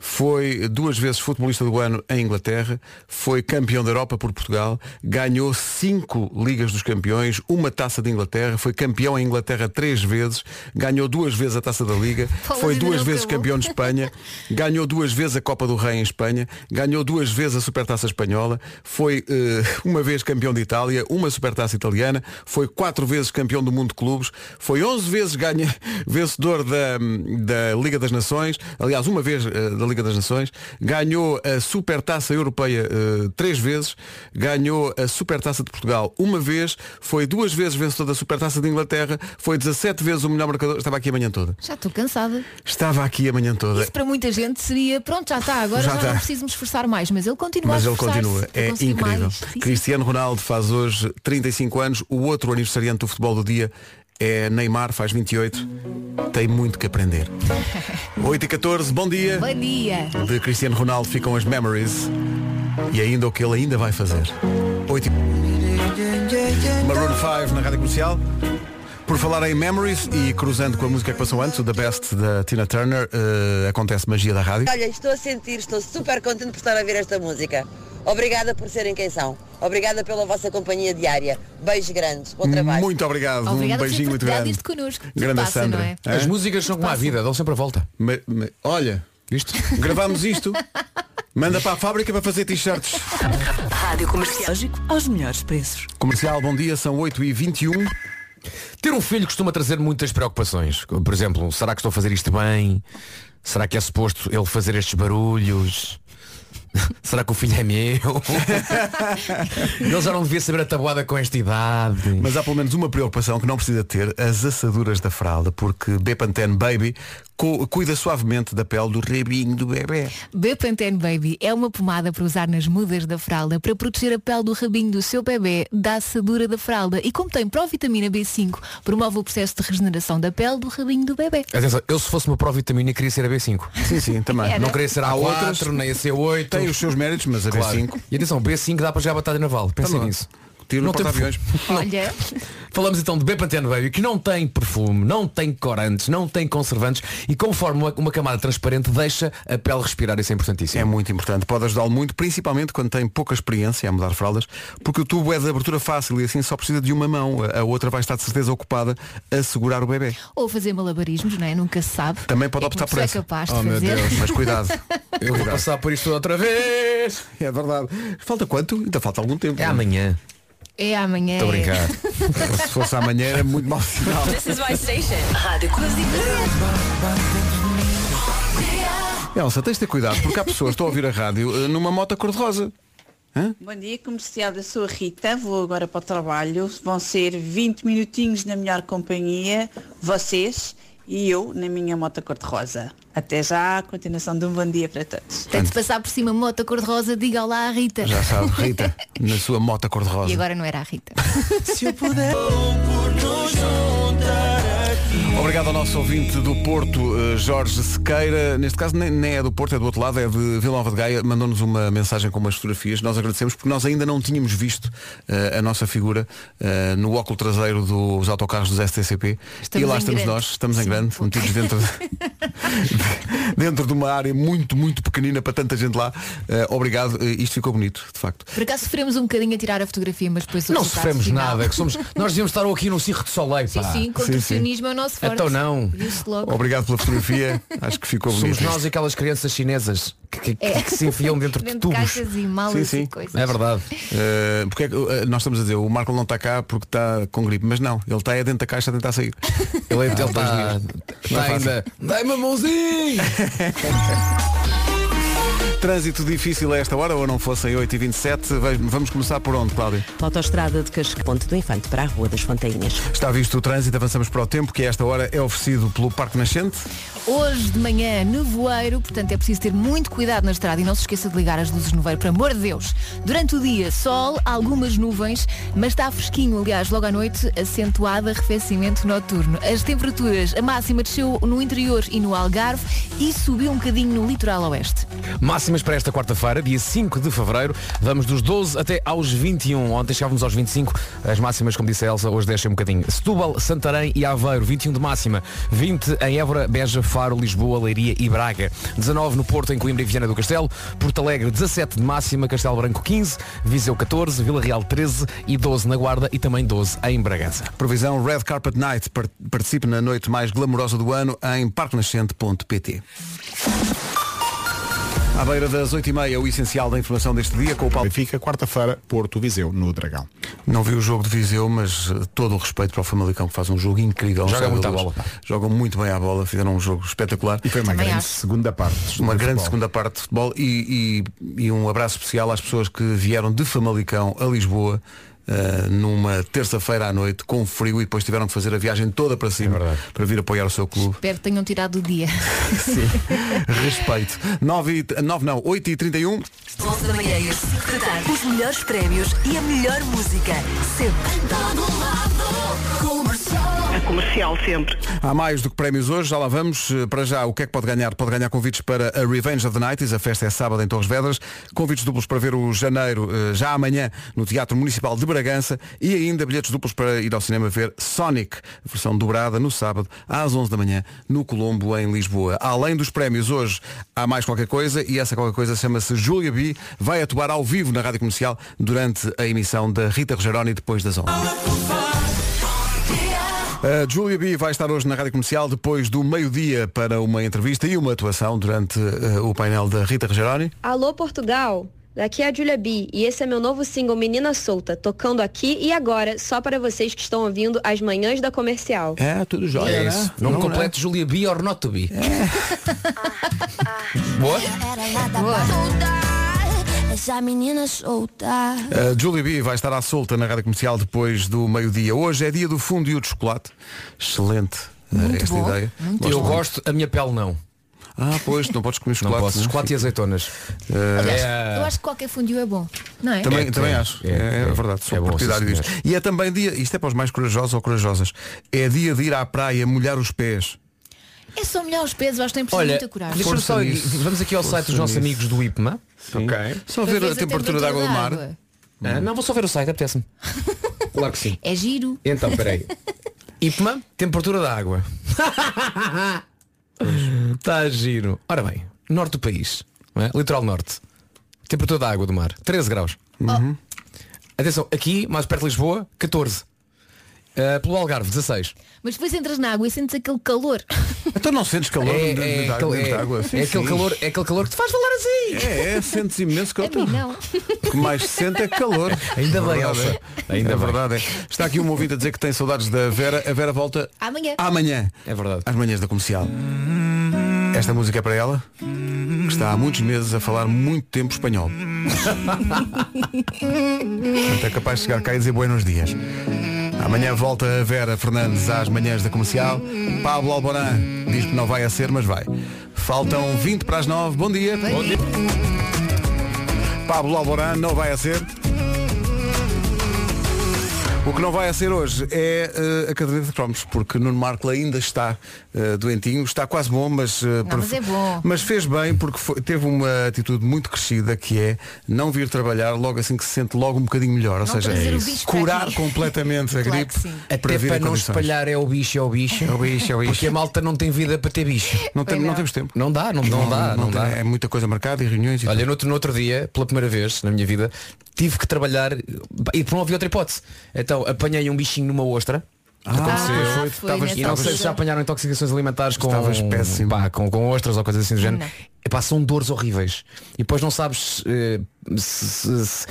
Speaker 1: Foi duas vezes futebolista do ano em Inglaterra, foi campeão da Europa por Portugal, ganhou cinco Ligas dos Campeões, uma taça de Inglaterra, foi campeão em Inglaterra três vezes, ganhou duas vezes a taça da Liga,
Speaker 12: Paulo,
Speaker 1: foi
Speaker 12: ainda
Speaker 1: duas
Speaker 12: não
Speaker 1: vezes
Speaker 12: acabou.
Speaker 1: campeão de Espanha, ganhou duas vezes a Copa do Rei em Espanha, ganhou duas vezes a Supertaça Espanhola, foi eh, *laughs* uma vez campeão de Itália, uma Supertaça Italiana, foi quatro vezes campeão do mundo de clubes, foi 11 vezes ganha, *laughs* vencedor da, da Liga das Nações, aliás, uma vez eh, da Liga das Nações, ganhou a Supertaça Europeia eh, três vezes, ganhou a Supertaça de Portugal uma vez, foi duas vezes vencedor da Supertaça de Inglaterra, foi 17 vezes o melhor marcador, estava aqui a manhã toda.
Speaker 3: Já estou cansada.
Speaker 1: Estava aqui a manhã toda.
Speaker 3: Isso para muita gente seria, pronto, já está, agora
Speaker 1: Já
Speaker 3: já,
Speaker 1: está.
Speaker 3: não preciso me esforçar mais, mas ele continua
Speaker 1: Mas
Speaker 3: a
Speaker 1: ele
Speaker 3: esforçar-se
Speaker 1: continua,
Speaker 3: para
Speaker 1: é
Speaker 3: conseguir
Speaker 1: incrível.
Speaker 3: mais. Sim, sim.
Speaker 1: Cristiano Ronaldo faz hoje 35 anos, o outro aniversariante do futebol do dia é Neymar, faz 28. Tem muito que
Speaker 3: *laughs*
Speaker 1: aprender. 8 e 14, bom dia.
Speaker 3: Bom dia.
Speaker 1: De Cristiano Ronaldo ficam as memories e ainda o que ele ainda vai fazer. 8 e... Maroon 5 na rádio comercial. Por falar em memories e cruzando com a música que passou antes, o The Best da Tina Turner, eh, acontece magia da rádio.
Speaker 13: Olha, estou a sentir, estou super contente por estar a ver esta música. Obrigada por serem quem são. Obrigada pela vossa companhia diária. Beijos grandes. Bom trabalho.
Speaker 1: Muito obrigado,
Speaker 13: Obrigada por
Speaker 1: um beijinho
Speaker 13: ter
Speaker 1: muito
Speaker 13: partilhado
Speaker 1: grande.
Speaker 13: isto connosco. Tudo
Speaker 1: Grande
Speaker 13: passa,
Speaker 1: Sandra.
Speaker 13: não é?
Speaker 1: Hã?
Speaker 6: As músicas são como a vida, dão sempre a volta.
Speaker 1: Me- me- olha, isto?
Speaker 13: *laughs*
Speaker 1: gravámos isto, manda para a fábrica para fazer t-shirts.
Speaker 9: Rádio Comercial.
Speaker 5: aos melhores preços.
Speaker 1: Comercial, bom dia, são 8h21.
Speaker 6: Ter um filho costuma trazer muitas preocupações. Por exemplo, será que estou a fazer isto bem? Será que é suposto ele fazer estes barulhos? *laughs* Será que o filho é meu? Ele já não devia saber a tabuada com esta idade.
Speaker 1: Mas há pelo menos uma preocupação que não precisa ter, as assaduras da fralda, porque Bepantene Baby cu- cuida suavemente da pele do rabinho do bebê.
Speaker 3: Bepantene Baby é uma pomada para usar nas mudas da fralda para proteger a pele do rabinho do seu bebê da assadura da fralda e como tem provitamina B5, promove o processo de regeneração da pele do rabinho do bebê.
Speaker 6: Atenção, eu se fosse uma provitamina queria ser a B5.
Speaker 1: Sim,
Speaker 13: *laughs*
Speaker 1: sim, também.
Speaker 13: É,
Speaker 3: Era.
Speaker 6: Não queria ser a
Speaker 1: Há
Speaker 6: 4,
Speaker 1: outras-
Speaker 6: nem a C8.
Speaker 1: Tem os seus méritos, mas a B5.
Speaker 6: E atenção, B5 dá para jogar batalha naval. Pensem
Speaker 1: Tá bom.
Speaker 6: nisso.
Speaker 1: Tiro no
Speaker 6: Não tem
Speaker 1: porta-aviões.
Speaker 6: perfume.
Speaker 3: Olha.
Speaker 6: Falamos então de Bepantene Baby, que não tem perfume, não tem corantes, não tem conservantes e conforme uma, uma camada transparente deixa a pele respirar, isso é importantíssimo.
Speaker 1: É muito importante, pode ajudá-lo muito, principalmente quando tem pouca experiência a mudar fraldas, porque o tubo é de abertura fácil e assim só precisa de uma mão, a- a outra vai estar de certeza ocupada a segurar o bebê.
Speaker 3: Ou fazer malabarismos, não é? Nunca se sabe.
Speaker 1: Também pode
Speaker 3: É que
Speaker 1: optar
Speaker 3: uma
Speaker 1: por
Speaker 3: pessoa
Speaker 1: essa.
Speaker 3: É capaz de
Speaker 6: Oh,
Speaker 3: fazer.
Speaker 1: mas cuidado.
Speaker 6: *laughs* Eu vou passar por isto outra vez.
Speaker 1: É verdade. Falta quanto? Ainda falta algum tempo.
Speaker 6: É amanhã.
Speaker 3: *laughs* É amanhã.
Speaker 1: Estou a brincar. *laughs*
Speaker 3: *laughs* É.
Speaker 1: Se fosse amanhã era muito mau sinal.
Speaker 9: This is my station. Rádio
Speaker 1: Elsa, tens de ter cuidado, porque há pessoas que estão a ouvir a rádio eh, numa moto
Speaker 3: *laughs*
Speaker 1: cor-de-rosa. Hã?
Speaker 12: Bom dia, comercial da sua Rita. Vou agora para o trabalho. Vão ser 20 minutinhos na melhor companhia, vocês e eu na minha moto cor-de-rosa. Até já, continuação de um bom dia para todos.
Speaker 3: Tem de passar por cima moto cor-de-rosa, diga olá à Rita.
Speaker 1: Já sabe, Rita, na sua moto
Speaker 3: E
Speaker 1: cor-de-rosa.
Speaker 3: agora não era a Rita.
Speaker 12: Se eu puder.
Speaker 1: Obrigado ao nosso ouvinte do Porto, eh, Jorge Sequeira. Neste caso nem, nem é do Porto, é do outro lado, é de Vila Nova de Gaia. Mandou-nos uma mensagem com umas fotografias. Nós agradecemos porque nós ainda não tínhamos visto eh, a nossa figura eh, no óculo traseiro dos autocarros dos STCP.
Speaker 14: Estamos
Speaker 1: e lá
Speaker 14: em
Speaker 1: estamos
Speaker 14: grande.
Speaker 1: nós, estamos em grande, metidos dentro
Speaker 14: *laughs*
Speaker 1: de... dentro de uma área muito, muito pequenina para tanta gente lá. Eh, obrigado, Eh, isto ficou bonito, de facto.
Speaker 3: Por acaso sofremos um bocadinho a tirar a fotografia, mas depois o
Speaker 6: Não
Speaker 3: resultado
Speaker 6: sofremos
Speaker 3: final-
Speaker 6: nada, é que somos, nós devíamos estar aqui no circo de soleil.
Speaker 3: Sim,
Speaker 6: pá.
Speaker 3: sim, contorcionismo é o nosso forte.
Speaker 6: Então não.
Speaker 3: Viu-se logo.
Speaker 1: Obrigado pela fotografia, acho que ficou bonito.
Speaker 6: Somos nós e aquelas crianças chinesas que, que- que-
Speaker 3: É.
Speaker 6: que se enfiam dentro de
Speaker 3: Dentro de
Speaker 6: tubos.
Speaker 3: caixas e malas e coisas.
Speaker 6: É verdade.
Speaker 1: Eh, porque é que, eh, nós estamos a dizer, o Marco não está cá porque está com gripe, mas não, ele está aí dentro da caixa a tentar sair.
Speaker 6: Ele
Speaker 1: Ah,
Speaker 6: ele
Speaker 1: Deus
Speaker 6: está
Speaker 1: livre. Não
Speaker 6: está
Speaker 1: é fácil.
Speaker 6: tá ainda. Dá-me a mãozinha!
Speaker 1: Trânsito difícil a esta hora, ou não fossem 8h27, vai- vamos começar por onde, Cláudia?
Speaker 5: Pela autoestrada de Casca Ponte do Infante para a Rua das Fontainhas.
Speaker 1: Está visto o trânsito, avançamos para o tempo, que a esta hora é oferecido pelo Parque Nascente.
Speaker 3: Hoje de manhã, nevoeiro, portanto é preciso ter muito cuidado na estrada e não se esqueça de ligar as luzes de nevoeiro, por amor de Deus. Durante o dia, sol, algumas nuvens, mas está fresquinho, aliás, logo à noite, acentuado arrefecimento noturno. As temperaturas, a máxima desceu no interior e no Algarve e subiu um bocadinho no litoral oeste.
Speaker 6: Máximas para esta quarta-feira, dia 5 de fevereiro. Vamos dos 12 até aos 21. Ontem chegávamos aos 25. As máximas, como disse a Elsa, hoje descem um bocadinho. Setúbal, Santarém e Aveiro, 21 de máxima. 20 em Évora, Beja, Faro, Lisboa, Leiria e Braga. 19 no Porto, em Coimbra e Viana do Castelo. Porto Alegre, 17 de máxima. Castelo Branco, 15. Viseu, 14. Vila Real, 13. E 12 na Guarda e também 12 em Bragança.
Speaker 1: Previsão Red Carpet Night. Par- Participe na noite mais glamourosa do ano em parquenascente.pt. À beira das 8h30, o essencial da informação deste dia com o Paulo.
Speaker 15: Fica quarta-feira, Porto Viseu, no Dragão.
Speaker 1: Não vi o jogo de Viseu, mas eh, todo o respeito para o Famalicão que faz um jogo incrível.
Speaker 15: Joga
Speaker 1: Sábado
Speaker 15: muito à
Speaker 1: hoje.
Speaker 15: bola, pá.
Speaker 1: Jogam muito bem à bola, fizeram um jogo espetacular. E
Speaker 15: foi uma Também grande acho. segunda parte.
Speaker 1: Uma
Speaker 15: de
Speaker 1: grande
Speaker 15: futebol.
Speaker 1: segunda parte de futebol e, e- e um abraço especial às pessoas que vieram de Famalicão a Lisboa. eh, numa terça-feira à noite com frio e depois tiveram que fazer a viagem toda para cima
Speaker 15: É
Speaker 1: para vir apoiar o
Speaker 15: *laughs*
Speaker 1: seu clube
Speaker 3: Espero que tenham tirado o dia.
Speaker 1: respeito 9, e, 9 não 8 e 31
Speaker 9: 11 da manhã e às 5 da tarde. Os melhores prémios e a melhor música. Sempre. Em todo lado. Comercial.
Speaker 1: A comercial sempre. Há mais do que prémios hoje, já lá vamos. Eh, Para já, o que é que pode ganhar? Pode ganhar convites para a Revenge of the Nights, a festa é sábado em Torres Vedras. Convites duplos para ver o Janeiro, eh, já amanhã, no Teatro Municipal de Bragança. E ainda bilhetes duplos para ir ao cinema ver Sonic, versão dobrada, no sábado, às 11 da manhã, no Colombo, em Lisboa. Além dos prémios hoje, há mais qualquer coisa e essa qualquer coisa chama-se Júlia B. Vai atuar ao vivo na Rádio Comercial durante a emissão da Rita Rogeroni depois das 11. A Julia B vai estar hoje na Rádio Comercial depois do meio-dia para uma entrevista e uma atuação durante eh, o painel da Rita Rogeroni.
Speaker 16: Alô Portugal, daqui é a Julia B e esse é meu novo single Menina Solta, tocando aqui e agora só para vocês que estão ouvindo as manhãs da comercial.
Speaker 1: É, tudo jóia,
Speaker 6: É
Speaker 1: né?
Speaker 6: isso. Nome
Speaker 1: Não,
Speaker 6: completo, Julia B or not to be. Boa?
Speaker 9: Era nada Boa. para mudar.
Speaker 4: Essa menina solta.
Speaker 1: A Julie B vai estar à solta na rádio comercial depois do meio-dia. Hoje é dia do fundo e o de chocolate. Excelente eh,
Speaker 6: Muito
Speaker 1: esta
Speaker 6: bom.
Speaker 1: ideia.
Speaker 6: Muito Eu
Speaker 1: muito.
Speaker 6: gosto, a minha pele não.
Speaker 1: Ah, pois, não podes comer
Speaker 6: Não
Speaker 1: chocolate.
Speaker 6: posso. Chocolate e azeitonas.
Speaker 3: Aliás,
Speaker 6: É.
Speaker 3: eu acho que qualquer fundiu é bom, não é?
Speaker 1: Também,
Speaker 6: É,
Speaker 1: também
Speaker 6: é,
Speaker 1: acho. É,
Speaker 6: é,
Speaker 1: é
Speaker 6: é.
Speaker 1: verdade. Sou
Speaker 6: É bom, sim,
Speaker 1: partidário
Speaker 6: senhor.
Speaker 1: disto. E é também dia, isto é para os mais corajosos ou corajosas, é dia de ir à praia molhar os pés.
Speaker 3: É só melhor os pesos, acho que tem preciso
Speaker 6: Olha,
Speaker 3: muita coragem.
Speaker 6: deixa-me só,
Speaker 1: nisso.
Speaker 6: vamos aqui ao
Speaker 1: Força
Speaker 6: site dos nossos
Speaker 1: nisso.
Speaker 6: amigos do IPMA.
Speaker 1: Só
Speaker 3: Para
Speaker 1: ver a
Speaker 3: veres
Speaker 1: temperatura da água do mar.
Speaker 6: Ah, não, vou só ver o site, apetece-me. *laughs* Claro que sim.
Speaker 3: É giro.
Speaker 6: Então, peraí. *laughs* IPMA, temperatura da água. *laughs* Está a giro. Ora bem, norte do país, não é? litoral norte. Temperatura da água do mar, 13 graus. Oh. Atenção, aqui, mais perto de Lisboa, 14. Ah, pelo Algarve, 16.
Speaker 3: Mas depois entras na água e sentes aquele
Speaker 1: *laughs*
Speaker 3: calor.
Speaker 1: Então não sentes calor de-
Speaker 6: É,
Speaker 1: de-
Speaker 6: é
Speaker 1: de água-
Speaker 6: aquele-
Speaker 1: de água?
Speaker 6: é
Speaker 1: Sim,
Speaker 6: aquele
Speaker 1: sim.
Speaker 6: calor- é aquele calor que te faz falar assim.
Speaker 1: É, é, sentes imenso
Speaker 3: A
Speaker 1: calor.
Speaker 3: mim não.
Speaker 1: O que mais se sente é calor.
Speaker 6: Ainda bem,
Speaker 1: É verdade,
Speaker 6: Elsa.
Speaker 1: é.
Speaker 6: Ainda
Speaker 1: é
Speaker 6: bem.
Speaker 1: verdade. é. Está aqui um ouvinte a dizer que tem saudades da Vera. A Vera volta
Speaker 3: Amanhã.
Speaker 1: amanhã.
Speaker 6: É verdade.
Speaker 1: Às manhãs da comercial. Esta música é para ela, que está há muitos meses a falar muito tempo
Speaker 3: *laughs*
Speaker 1: espanhol. Portanto, é capaz de chegar cá e dizer buenos dias. Amanhã volta a Vera Fernandes às manhãs da comercial. Pablo Alboran diz que não vai a ser, mas vai. Faltam 20 para as 9. Bom dia. Bom dia. Pablo Alboran não vai a ser. O que não vai a ser hoje é eh, a cadeira de cromos, porque Nuno Marco ainda está eh, doentinho, está quase bom, mas, eh,
Speaker 3: mas é bom.
Speaker 1: mas fez bem porque foi- teve uma atitude muito crescida que é não vir trabalhar logo assim que se sente logo um bocadinho melhor, ou
Speaker 3: Não
Speaker 1: seja,
Speaker 3: trazer
Speaker 1: é
Speaker 3: o bicho
Speaker 1: isso.
Speaker 3: para
Speaker 1: curar
Speaker 3: aqui.
Speaker 1: completamente a
Speaker 3: Claro
Speaker 1: gripe é
Speaker 3: que sim.
Speaker 6: Até
Speaker 1: vir em
Speaker 6: para não
Speaker 1: condições.
Speaker 6: espalhar é o bicho, é o bicho.
Speaker 1: É o bicho, é o bicho.
Speaker 6: Porque a malta não tem vida para ter bicho.
Speaker 1: Não, tem-
Speaker 3: Pois
Speaker 1: não
Speaker 3: não.
Speaker 1: temos tempo.
Speaker 6: Não dá, não, não, dá, não,
Speaker 1: tem-
Speaker 6: dá.
Speaker 1: É muita coisa marcada e reuniões e
Speaker 6: Olha, no outro, no outro dia, pela primeira vez na minha vida, tive que trabalhar e não havia outra hipótese. Então apanhei um bichinho numa ostra. Aconteceu.
Speaker 1: Ah, pois
Speaker 3: foi, foi
Speaker 1: estavas-
Speaker 3: nessa
Speaker 6: E não sei
Speaker 3: altura.
Speaker 6: se já apanharam intoxicações alimentares com,
Speaker 1: Estavas péssimo.
Speaker 6: pá, com, com ostras ou coisas assim do género.
Speaker 3: Não.
Speaker 6: Epá, são dores horríveis. E depois não sabes eh, se- se- se-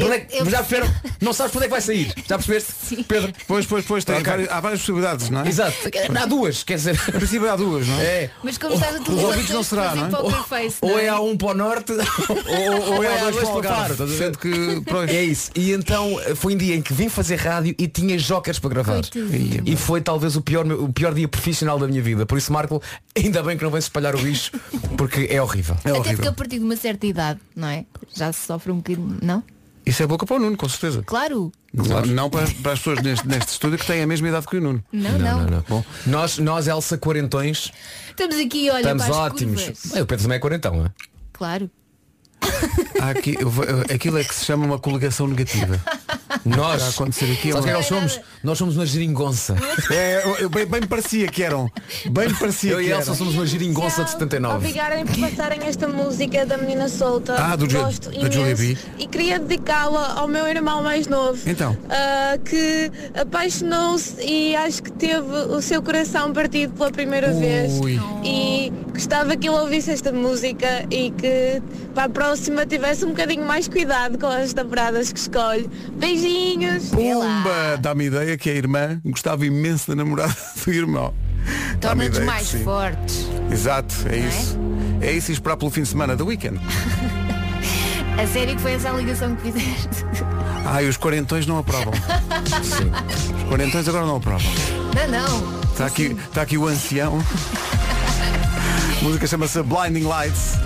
Speaker 6: Onde é que-
Speaker 3: eu-
Speaker 6: Já perceberam? Não sabes para onde é que vai sair.
Speaker 3: *laughs*
Speaker 6: Já percebeste? Pedro?
Speaker 1: Pois, pois, pois, tem
Speaker 6: Ok.
Speaker 1: várias- há várias possibilidades, não é?
Speaker 6: Exato. Há duas, quer dizer.
Speaker 1: Em princípio há duas, não é?
Speaker 6: É.
Speaker 1: *laughs*
Speaker 3: Mas como estás a
Speaker 1: Os ouvidos não será, não é?
Speaker 6: Ou é a um para o norte, *laughs* ou, ou é a dois para o Algarve. estás a ver?
Speaker 1: Sendo que, pois,
Speaker 6: É isso. E então foi um dia em que vim fazer rádio e tinha jokers para gravar.
Speaker 3: Coitadinho.
Speaker 6: E foi talvez o pior, o pior dia profissional da minha vida. Por isso, Marco, ainda bem que não vens espalhar o bicho, porque é horrível.
Speaker 1: é
Speaker 3: Até porque
Speaker 1: horrível.
Speaker 3: a partir de uma certa idade, não é? Já se sofre um bocadinho, não?
Speaker 1: Isso é boca para o Nuno, com certeza.
Speaker 3: Claro.
Speaker 1: Não, não para, para as pessoas neste, neste estúdio que têm a mesma idade que o Nuno.
Speaker 3: Não, não.
Speaker 6: Bom, nós, nós, Elsa, quarentões,
Speaker 3: Estamos aqui, olha,
Speaker 6: estamos
Speaker 3: para as
Speaker 6: ótimos.
Speaker 3: curvas.
Speaker 6: Bem, o Pedro também é quarentão, é?
Speaker 3: Claro.
Speaker 1: Há aqui, eu vou- eu- aquilo é que se chama uma coligação negativa.
Speaker 6: Nós,
Speaker 1: Está a acontecer aqui,
Speaker 6: Sabe o que é que
Speaker 1: não
Speaker 6: nós somos? Nós somos uma geringonça.
Speaker 1: É, eu- eu bem, bem parecia que eram. Bem parecia
Speaker 6: Eu
Speaker 1: que
Speaker 6: e Elsa
Speaker 1: eram.
Speaker 6: somos uma geringonça de 79.
Speaker 14: Obrigarem por passarem esta música da menina solta.
Speaker 1: Ah, do Ju-
Speaker 14: Gosto
Speaker 1: da
Speaker 14: imenso.
Speaker 1: Julia B.
Speaker 14: E queria dedicá-la ao meu irmão mais novo.
Speaker 1: Então.
Speaker 14: ah, que apaixonou-se e acho que teve o seu coração partido pela primeira vez.
Speaker 1: Ui.
Speaker 14: E gostava que ele ouvisse esta música e que para a próxima tivesse um bocadinho mais cuidado com as temporadas que escolhe. Beijinhos!
Speaker 1: Pumba! Dá-me ideia que a irmã gostava imenso da namorada *laughs* do irmão. Dá-me
Speaker 3: Torna-nos
Speaker 1: ideia que
Speaker 3: mais
Speaker 1: sim.
Speaker 3: fortes.
Speaker 1: Exato, é
Speaker 3: Não é?
Speaker 1: isso. É isso e esperar pelo fim de semana do weekend.
Speaker 3: A sério que foi essa a ligação que fizeste? *laughs*
Speaker 1: Ah, e os quarentões não aprovam. Os quarentões agora não aprovam.
Speaker 3: Não, não.
Speaker 1: Está aqui, está aqui o
Speaker 3: *laughs*
Speaker 1: ancião. A música chama-se Blinding Lights.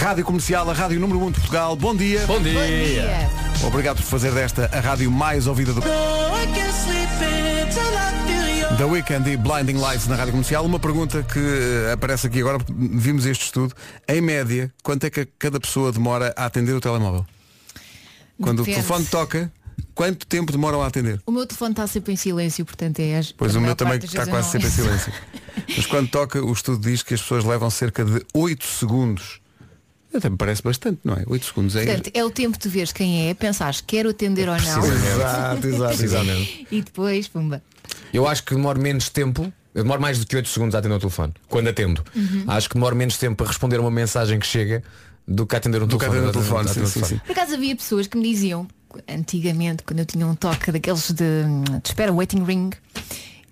Speaker 1: Rádio Comercial, a Rádio Número 1 de Portugal. Bom dia.
Speaker 6: Bom dia.
Speaker 3: Bom dia.
Speaker 1: Obrigado por fazer desta a rádio mais ouvida do The Weekend e Blinding Lights na Rádio Comercial. Uma pergunta que eh, aparece aqui agora, porque vimos este estudo. Em média, quanto é que cada pessoa demora a atender o telemóvel? Quando
Speaker 3: Depende.
Speaker 1: o telefone toca, quanto tempo demoram a atender?
Speaker 3: O meu telefone está sempre em silêncio, portanto é as.
Speaker 1: Pois
Speaker 3: a
Speaker 1: o meu
Speaker 3: maior
Speaker 1: também
Speaker 3: parte das
Speaker 1: está
Speaker 3: vezes
Speaker 1: quase
Speaker 3: eu *laughs*
Speaker 1: sempre em
Speaker 3: não-
Speaker 1: silêncio. Mas quando toca, o estudo diz que as pessoas levam cerca de 8 segundos. Até me parece bastante, não é? 8 segundos é.
Speaker 3: Portanto, é o tempo de veres quem é, pensares quero atender ou não.
Speaker 1: Exato, exato, exato.
Speaker 3: E depois, pumba.
Speaker 6: Eu acho que demoro menos tempo. Eu demoro mais do que 8 segundos a atender o telefone. Quando atendo. Acho que demoro menos tempo a responder uma mensagem que chega do que a atender um
Speaker 1: Do que
Speaker 6: telefone.
Speaker 1: atender um telefone,
Speaker 6: a
Speaker 1: sim,
Speaker 6: um
Speaker 1: sim,
Speaker 6: telefone.
Speaker 3: Por acaso havia pessoas que me diziam, antigamente, quando eu tinha um toque daqueles de, de espera, waiting ring,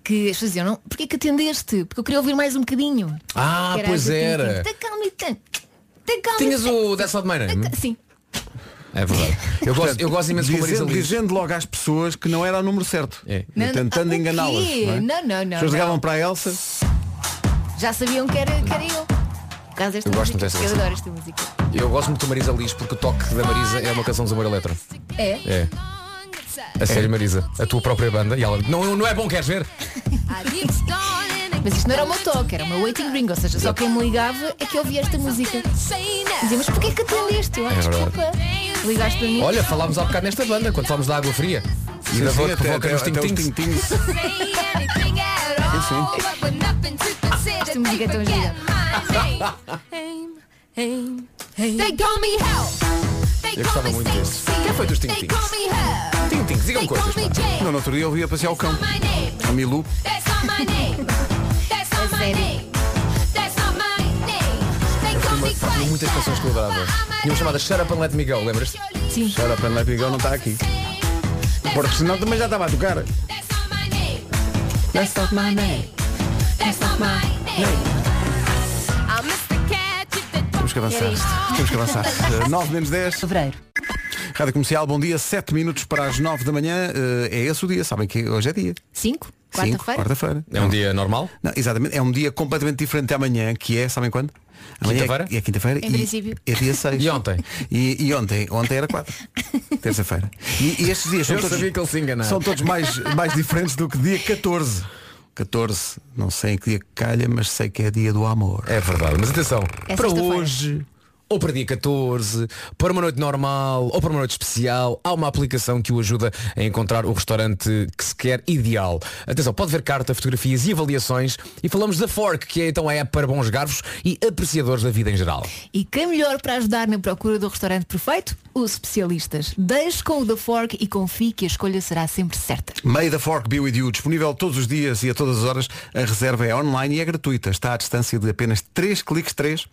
Speaker 3: que as pessoas diziam, não, porquê que atendeste? Porque eu queria ouvir mais um bocadinho.
Speaker 6: Ah,
Speaker 3: Que era
Speaker 6: pois
Speaker 3: assim,
Speaker 6: era.
Speaker 3: Tá calma e tanto. Tem calma.
Speaker 6: Tinhas o Hum? That's Not My Name?
Speaker 3: Sim.
Speaker 6: É verdade. Eu gosto, eu gosto imenso É. como
Speaker 1: dizendo, dizendo logo às pessoas que não era o número certo.
Speaker 3: Não, não,
Speaker 1: Tentando
Speaker 3: ah, o
Speaker 1: enganá-las.
Speaker 3: quê?
Speaker 1: é?
Speaker 3: Não, não, não,
Speaker 1: As pessoas
Speaker 3: não.
Speaker 1: ligavam para a Elsa.
Speaker 3: Já sabiam que era, que era eu. Por causa desta
Speaker 6: Eu gosto muito
Speaker 3: música.
Speaker 6: dessa
Speaker 3: eu
Speaker 6: canção.
Speaker 3: adoro esta música.
Speaker 6: Eu gosto muito de Marisa Liz porque o toque da Marisa é uma canção dos Amor Eletro.
Speaker 3: É?
Speaker 6: É. A
Speaker 1: É.
Speaker 6: sério, Marisa, a tua própria banda. E ela, não, não é bom, queres ver?
Speaker 3: Mas isto não era o meu toque, era o meu waiting ring, ou seja, só quem me ligava é que eu ouvia esta música. Dizia, mas porquê que atendeste? Eu, ah,
Speaker 6: É verdade.
Speaker 3: desculpa. Ligaste para mim.
Speaker 6: Olha, falámos há bocado nesta banda, quando falámos da água fria. E
Speaker 1: Sim,
Speaker 6: da
Speaker 1: sim,
Speaker 6: voz que
Speaker 1: até-
Speaker 6: provoca
Speaker 1: até-
Speaker 6: nos
Speaker 1: até os
Speaker 6: tintinhos.
Speaker 9: *laughs*
Speaker 3: Esta música é tão gira.
Speaker 9: They call me
Speaker 1: Eu gostava muito desse.
Speaker 6: Quem foi dos tintinhos? Tintinhos, digam coisas. pá.
Speaker 1: Não, no outro dia eu ia passear o cão. A Milu.
Speaker 6: Uma- Tinha muitas canções que eu adorava. Tinha uma chamada Shut Up and Let Me Go, lembras-te?
Speaker 3: Sim.
Speaker 1: Shut up and let me go não está aqui. Porque senão também já estava a tocar.
Speaker 6: É
Speaker 9: That's not my name. That's not my name. I'm Mr. Cat.
Speaker 1: Temos que avançar.
Speaker 9: Era isto.
Speaker 1: Temos que
Speaker 3: *laughs*
Speaker 1: avançar. 9 menos 10. Fevereiro. Rádio Comercial, bom dia. 7 minutos para as 9 da manhã. Eh, é esse o dia, sabem que hoje é dia.
Speaker 3: Cinco?
Speaker 1: Cinco,
Speaker 3: Quarta-feira?
Speaker 1: Quarta-feira.
Speaker 6: É um dia normal?
Speaker 1: Não, exatamente. É um dia completamente diferente de amanhã, que é, sabem quando? Amanhã
Speaker 6: Quinta-feira?
Speaker 1: É, é quinta-feira.
Speaker 3: Em
Speaker 1: e
Speaker 3: princípio.
Speaker 1: É dia 6.
Speaker 6: *laughs* E ontem?
Speaker 1: E, e ontem? Ontem era
Speaker 3: *laughs*
Speaker 1: 4. Terça-feira. E, e estes dias são
Speaker 6: Eu
Speaker 1: todos,
Speaker 6: sabia que ele se enganava.
Speaker 1: são todos mais, mais diferentes do que dia 14. 14, não sei em que dia calha, mas sei que é dia do amor.
Speaker 6: É verdade, mas atenção,
Speaker 3: É
Speaker 6: para
Speaker 3: sexta-feira.
Speaker 6: hoje, ou para dia 14, para uma noite normal, ou para uma noite especial, há uma aplicação que o ajuda a encontrar o restaurante que se quer ideal. Atenção, pode ver carta, fotografias e avaliações e falamos da Fork, que é então a app para bons garfos e apreciadores da vida em geral.
Speaker 3: E quem melhor para ajudar na procura do restaurante perfeito? Os especialistas. Deixe com o The Fork e confie que a escolha será sempre certa.
Speaker 1: May the Fork be with you, disponível todos os dias e a todas as horas. A reserva é online e é gratuita. Está à distância de apenas 3 cliques 3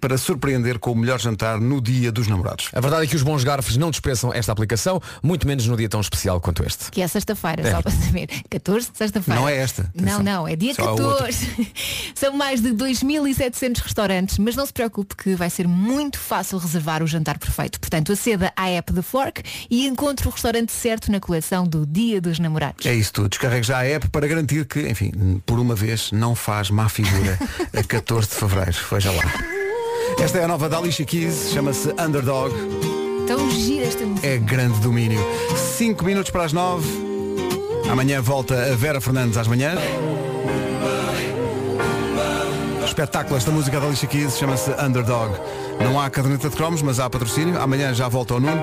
Speaker 1: para surpreender com o melhor jantar no dia dos namorados.
Speaker 6: A verdade é que os bons garfos não dispensam esta aplicação, muito menos num dia tão especial quanto este.
Speaker 3: Que é sexta-feira,
Speaker 6: É.
Speaker 3: só para saber. 14 de sexta-feira.
Speaker 6: Não é esta,
Speaker 3: Não,
Speaker 6: atenção.
Speaker 3: não, é dia
Speaker 6: Só há outra.
Speaker 3: 14. *laughs* São mais de 2.700 restaurantes, mas não se preocupe que vai ser muito fácil reservar o jantar perfeito. Portanto, aceda à app The Fork e encontre o restaurante certo na coleção do Dia dos Namorados.
Speaker 1: É isso tudo. Descarregue já a app para garantir que, enfim, por uma vez não faz má figura a 14 de fevereiro. Veja lá. Esta é a nova da Alicia Keys, chama-se Underdog.
Speaker 3: Tão gira esta música.
Speaker 1: É grande domínio. 5 minutos para as 9. Amanhã volta a Vera Fernandes às manhãs. Espetáculo esta música da Alicia Keys, chama-se Underdog. Não há caderneta de cromos, mas há patrocínio. Amanhã já volta ao Nuno.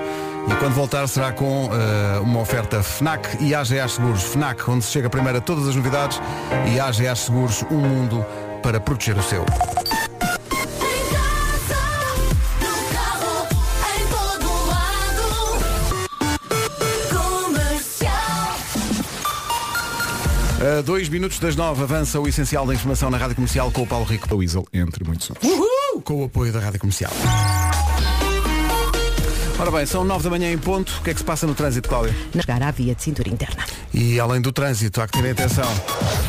Speaker 1: E quando voltar será com eh, uma oferta FNAC e AGA Seguros. FNAC, onde se chega primeiro a todas as novidades. E AGA Seguros, um mundo para proteger o seu.
Speaker 9: Em todo lado. Comercial.
Speaker 1: A dois minutos das nove avança o essencial da informação na Rádio Comercial com o Paulo Rico. O Weasel, entre muitos outros. Uhul! Com o apoio da Rádio Comercial. Ora bem, são nove da manhã em ponto. O que é que se passa no trânsito, Cláudia?
Speaker 5: Na chegar à via de cintura interna.
Speaker 1: E além do trânsito, há que terem atenção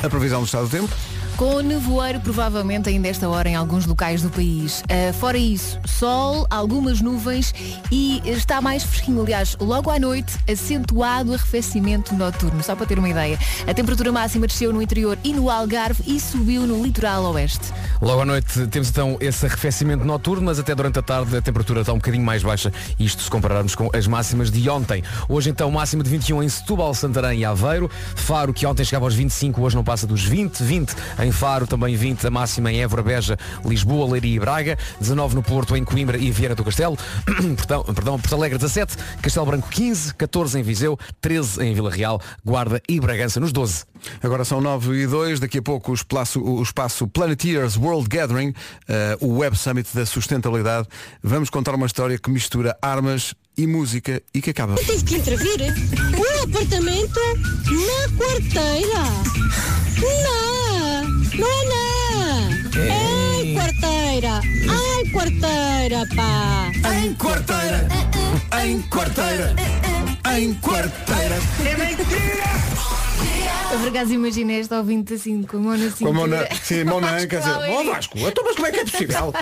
Speaker 1: a previsão do estado do tempo.
Speaker 3: Com o nevoeiro provavelmente ainda esta hora em alguns locais do país. Ah, fora isso, sol, algumas nuvens e está mais fresquinho. Aliás, logo à noite, acentuado arrefecimento noturno. Só para ter uma ideia. A temperatura máxima desceu no interior e no Algarve e subiu no litoral oeste.
Speaker 6: Logo à noite temos então esse arrefecimento noturno, mas até durante a tarde a temperatura está um bocadinho mais baixa, isto se compararmos com as máximas de ontem. Hoje então máxima de 21 em Setúbal, Santarém e Aveiro, Faro que ontem chegava aos 25, hoje não passa dos 20, 20 em Faro, também 20 a máxima em Évora, Beja, Lisboa, Leiria e Braga, 19 no Porto, em Coimbra e Viana do Castelo, *clears throat* Portão- perdão, Porto Alegre 17, Castelo Branco 15, 14 em Viseu, 13 em Vila Real, Guarda e Bragança nos 12.
Speaker 1: Agora são 9 e 2, daqui a pouco o espaço, o espaço Planeteers World Gathering, eh, o Web Summit da Sustentabilidade. Vamos contar uma história que mistura armas e música e que acaba.
Speaker 17: Tive que intervir um apartamento na quarteira. Não, não é não. Em quarteira. Ai, quarteira, pá.
Speaker 1: Em quarteira. Em quarteira. em quarteira.
Speaker 7: É mentira!
Speaker 3: Eu por acaso imaginei esta ouvinte assim, com a mão na cintura.
Speaker 1: Com a mão na-
Speaker 3: *laughs*
Speaker 1: sim, mão na anca, a dizer,
Speaker 3: Vasco,
Speaker 1: "Oh, Vasco, então, mas como é que é possível?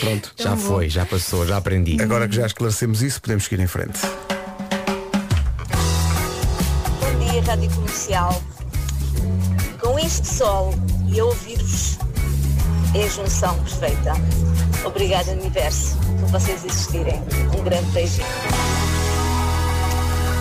Speaker 1: Pronto,
Speaker 3: Tão já bom.
Speaker 6: Então-
Speaker 3: foi,
Speaker 1: já passou, já aprendi. Agora que já esclarecemos isso, podemos seguir em frente.
Speaker 18: Bom dia, Rádio Comercial. Com este sol e a ouvir-vos é a junção perfeita. Obrigada, Universo, por vocês existirem. Um grande beijinho.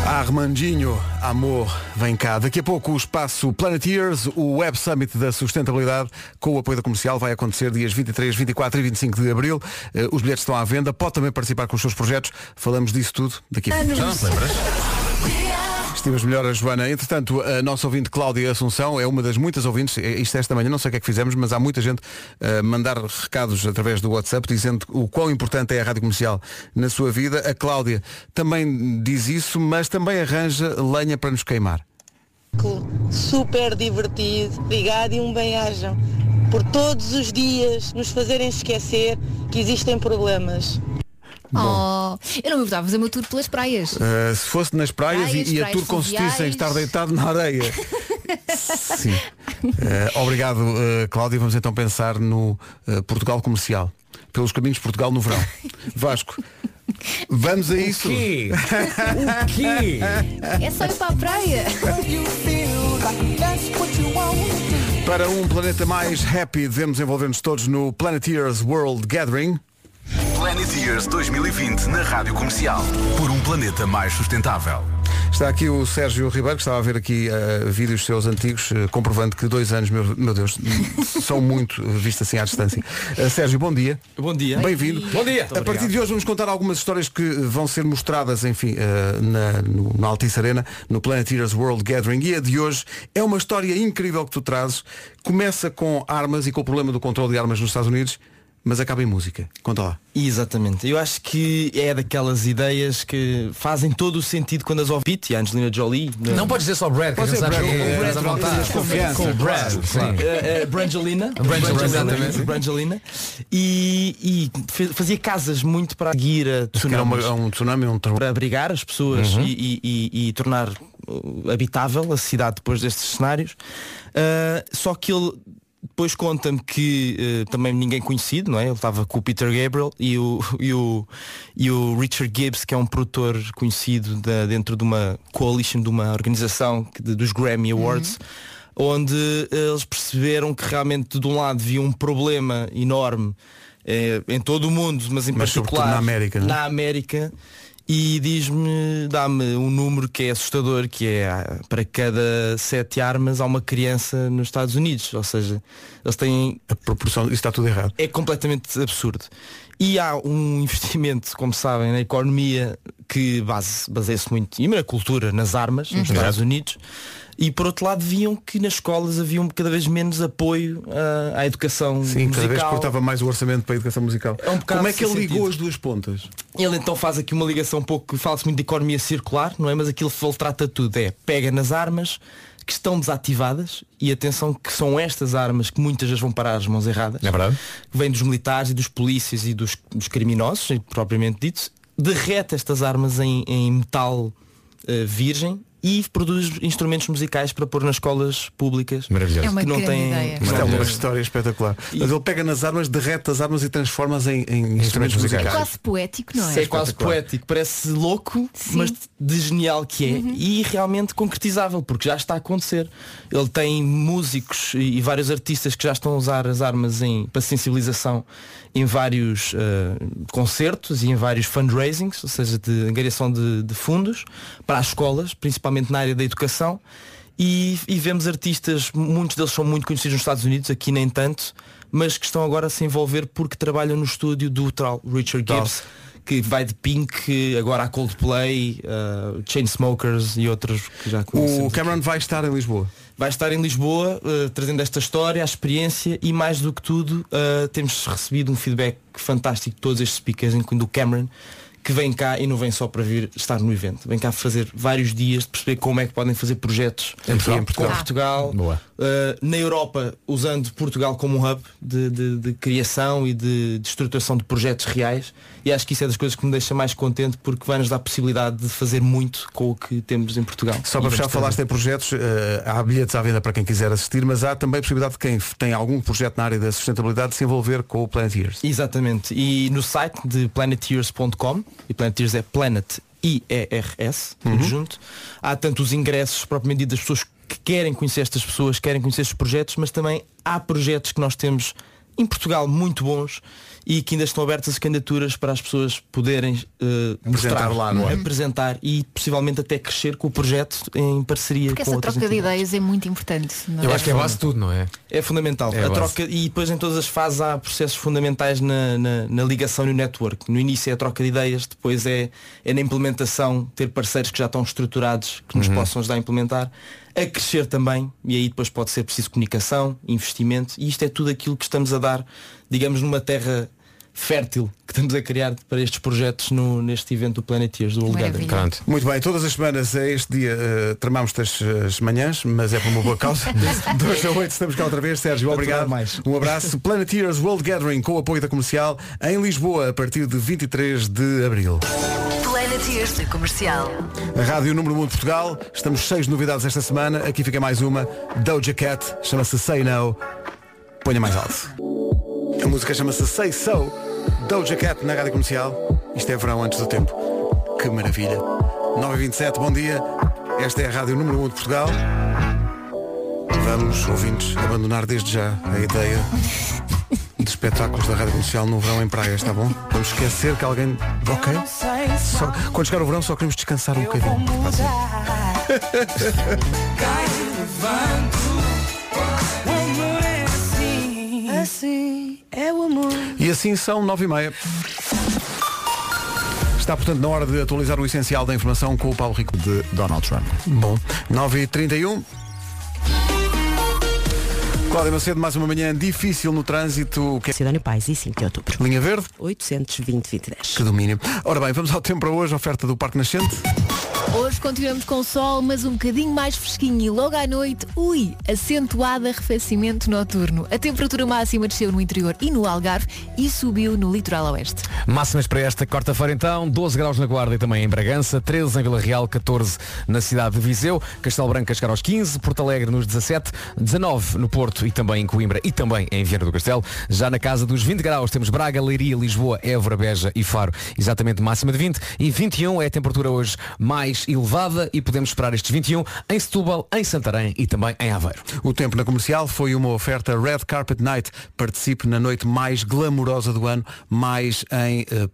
Speaker 1: Ah, Armandinho, amor, vem cá. Daqui a pouco o espaço Planeteers, o Web Summit da Sustentabilidade, com o apoio da comercial, vai acontecer dias 23, 24 e 25 de abril. Eh, Os bilhetes estão à venda, pode também participar com os seus projetos. Falamos disso tudo daqui a pouco.
Speaker 11: Já não te lembras?
Speaker 1: Estivemos melhor a Joana. Entretanto, a nossa ouvinte Cláudia Assunção é uma das muitas ouvintes, eh, isto esta manhã, não sei o que é que fizemos, mas há muita gente a mandar recados através do WhatsApp dizendo o quão importante é a rádio comercial na sua vida. A Cláudia também diz isso, mas também arranja lenha para nos queimar.
Speaker 19: super divertido. Obrigado e um bem-ajam por todos os dias nos fazerem esquecer que existem problemas.
Speaker 3: Oh, eu não me importava fazer uma tour pelas praias.
Speaker 1: *laughs* Eh, se fosse nas praias,
Speaker 3: Praias,
Speaker 1: e, e a
Speaker 3: praias
Speaker 1: tour consistisse em
Speaker 3: fluviais.
Speaker 1: estar deitado na
Speaker 3: *laughs*
Speaker 1: areia. Sim. Eh, obrigado, eh, Cláudia. Vamos então pensar no eh, Portugal comercial. Pelos caminhos de Portugal no
Speaker 3: *laughs*
Speaker 1: verão. Vasco. Vamos a isso.
Speaker 6: quê? O
Speaker 20: *laughs*
Speaker 6: quê?
Speaker 3: É só ir para a praia.
Speaker 1: Para um planeta mais happy, devemos envolver-nos todos no Planeteers World Gathering.
Speaker 11: Planeteers 2020 na Rádio Comercial. Por um planeta mais sustentável.
Speaker 1: Está aqui o Sérgio Ribeiro, que estava a ver aqui eh, vídeos seus antigos, eh, comprovando que dois anos, meu, meu Deus, são muito, eh, visto assim à distância. Eh, Sérgio, bom dia.
Speaker 2: Bom dia.
Speaker 1: Bem-vindo.
Speaker 2: Bom dia.
Speaker 1: A partir de hoje vamos contar algumas histórias que vão ser mostradas, enfim, eh, na, no, na Altice Arena, no Planeteers World Gathering. E a de hoje é uma história incrível que tu trazes. Começa com armas e com o problema do controle de armas nos Estados Unidos, mas acaba em música. Conta lá.
Speaker 20: Exatamente. Eu acho que é daquelas ideias que fazem todo o sentido quando as ouvi e a Angelina Jolie.
Speaker 6: Não, podes dizer só Brad, que a gente sabe que é, estás à vontade. Com o Brad, claro.
Speaker 20: Eh, eh, Brangelina.
Speaker 6: Brangelina, exatamente.
Speaker 20: Brangelina. E, e fe- fazia casas muito para seguir a tsunamis.
Speaker 1: um tsunami, um
Speaker 20: Para abrigar as pessoas
Speaker 1: Uhum.
Speaker 20: e, e- e- e tornar uh, habitável a cidade depois destes cenários. Ah, só que ele depois conta-me que eh, também ninguém conhecido, não é? Ele estava com o Peter Gabriel e o, *laughs* e, o, e o Richard Gibbs, que é um produtor conhecido da- dentro de uma coalition, de uma organização que- de- dos Grammy Awards onde eh, eles perceberam que realmente de um lado havia um problema enorme eh, em todo o mundo, mas em
Speaker 1: Mas sobretudo
Speaker 20: particular
Speaker 1: na América, não é?
Speaker 20: na América, e diz-me, dá-me um número que é assustador, que é ah, para cada sete armas há uma criança nos Estados Unidos, ou seja, eles têm
Speaker 1: a proporção, isso está tudo errado.
Speaker 20: É completamente absurdo. E há um investimento, como sabem, na economia que base- baseia-se muito, e na cultura, nas armas, nos
Speaker 6: Uhum.
Speaker 20: Estados
Speaker 6: Exato.
Speaker 20: Unidos. E por outro lado viam que nas escolas havia cada vez menos apoio ah, à educação
Speaker 1: Sim, cada
Speaker 20: musical.
Speaker 1: vez cortava mais o orçamento para a educação musical.
Speaker 20: É um bocado
Speaker 1: Como é que ele
Speaker 20: sem
Speaker 1: ligou
Speaker 20: sentido.
Speaker 1: as duas pontas?
Speaker 20: Ele então faz aqui uma ligação um pouco, fala-se muito de economia circular, não é? Mas aquilo que ele trata tudo é pega nas armas que estão desativadas e atenção que são estas armas que muitas vezes vão parar às mãos erradas. É
Speaker 6: verdade.
Speaker 20: Vêm dos militares e dos polícias e dos, dos criminosos, propriamente dito, derrete estas armas em, em metal eh, virgem e produz instrumentos musicais para pôr nas escolas públicas
Speaker 1: Maravilhoso.
Speaker 3: É
Speaker 20: que não têm
Speaker 1: Isto é uma história espetacular. Mas ele pega nas armas, derrete as armas e transforma-as em, em instrumentos
Speaker 3: É
Speaker 1: musicais.
Speaker 3: quase poético, não é?
Speaker 20: é quase poético, parece louco, mas de genial que é
Speaker 3: Uhum.
Speaker 20: e realmente concretizável, porque já está a acontecer. Ele tem músicos e e vários artistas que já estão a usar as armas em, para sensibilização em vários eh, concertos e em vários fundraisings, ou seja, de angariação de, de fundos para as escolas, principalmente na área da educação. E, e vemos artistas, muitos deles são muito conhecidos nos Estados Unidos, aqui nem tanto, mas que estão agora a se envolver porque trabalham no estúdio do tal Richard Gibbs, que vai de Pink, agora a Coldplay, uh, Chainsmokers e outros que já conhecemos.
Speaker 1: O Cameron vai estar em Lisboa.
Speaker 20: Vai estar em Lisboa, eh, trazendo esta história, a experiência e mais do que tudo, eh, temos recebido um feedback fantástico de todos estes speakers, incluindo o Cameron, que vem cá e não vem só para vir estar no evento. Vem cá fazer vários dias de perceber como é que podem fazer projetos
Speaker 1: Em Portugal.
Speaker 20: com Portugal,
Speaker 1: Boa.
Speaker 20: eh, na Europa, usando Portugal como um hub de, de- de criação e de, de estruturação de projetos reais. E acho que isso é das coisas que me deixa mais contente porque vai-nos dar a possibilidade de fazer muito com o que temos em Portugal.
Speaker 1: Só para
Speaker 20: E
Speaker 1: fechar,
Speaker 20: vamos
Speaker 1: falaste em projetos, eh, há bilhetes à venda para quem quiser assistir, mas há também a possibilidade de quem f- tem algum projeto na área da sustentabilidade se envolver com o Planet Years.
Speaker 20: Exatamente. E no site de planetears.com, e Planetears é Planet I-E-R-S, tudo junto, há tanto os ingressos propriamente dito das pessoas que querem conhecer estas pessoas, querem conhecer estes projetos, mas também há projetos que nós temos em Portugal muito bons e que ainda estão abertas as candidaturas para as pessoas poderem eh,
Speaker 1: Apresentar
Speaker 20: mostrar,
Speaker 1: lá, não é?
Speaker 20: apresentar e possivelmente até crescer com o projeto em parceria
Speaker 3: Porque
Speaker 20: com
Speaker 3: essa
Speaker 20: outras
Speaker 3: troca de
Speaker 20: entidades.
Speaker 3: ideias é muito importante. não
Speaker 20: tudo, não é? É fundamental.
Speaker 6: É a
Speaker 20: a
Speaker 6: base.
Speaker 20: troca, e depois em todas as fases há processos fundamentais na, na- na ligação e no network. No início é a troca de ideias, depois é, é na implementação, ter parceiros que já estão estruturados, que nos
Speaker 6: Uhum.
Speaker 20: possam ajudar a implementar, a crescer também, e aí depois pode ser preciso comunicação, investimento, e isto é tudo aquilo que estamos a dar, digamos, numa terra fértil que estamos a criar para estes projetos no, neste evento do Planeteers do All Gathering.
Speaker 1: Muito bem, todas as semanas a este dia eh, tramamos as, as manhãs, mas é por uma boa causa. 2 a 8 estamos cá outra vez. Sérgio, obrigado.
Speaker 20: mais.
Speaker 1: Um abraço. Planeteers World Gathering com o apoio da comercial em Lisboa a partir de 23 de Abril.
Speaker 9: Planeteers da comercial.
Speaker 1: A Rádio Número 1 de Portugal, estamos cheios de novidades esta semana. Aqui fica mais uma, Doja Cat, chama-se Say No. Ponha mais alto. A música chama-se Say So, Doja Cat na Rádio Comercial. Isto é verão antes do tempo. Que maravilha. 9h27, bom dia. Esta é a Rádio Número 1 de Portugal. Vamos, ouvintes, abandonar desde já a ideia de espetáculos da Rádio Comercial no verão em praias, está bom? Vamos esquecer que alguém... Ok? Só- Quando chegar o verão só queremos descansar um bocadinho.
Speaker 21: Assim é o amor.
Speaker 1: E assim são nove e meia. Está, portanto, na hora de atualizar o essencial da informação com o Paulo Rico de Donald Trump. Bom, 9h31. Cláudia Macedo, mais uma manhã difícil no trânsito. Que... é?
Speaker 5: Cidónio Pais e 5 de outubro.
Speaker 1: Linha Verde?
Speaker 5: 820-2010.
Speaker 1: Que domínio. Ora bem, vamos ao tempo para hoje, oferta do Parque Nascente.
Speaker 3: Hoje continuamos com sol, mas um bocadinho mais fresquinho e logo à noite, ui, acentuado arrefecimento noturno. A temperatura máxima desceu no interior e no Algarve e subiu no litoral oeste.
Speaker 6: Máximas para esta quarta-feira então, 12 graus na Guarda e também em Bragança, 13 em Vila Real, 14 na cidade de Viseu, Castelo Branco a chegar aos 15, Porto Alegre nos 17, 19 no Porto e também em Coimbra e também em Viana do Castelo. Já na casa dos 20 graus temos Braga, Leiria, Lisboa, Évora, Beja e Faro, exatamente máxima de 20 e 21 é a temperatura hoje mais elevada e podemos esperar estes 21 em Setúbal, em Santarém e também em Aveiro.
Speaker 1: O tempo na comercial foi uma oferta Red Carpet Night. Participe na noite mais glamourosa do ano, mais em eh,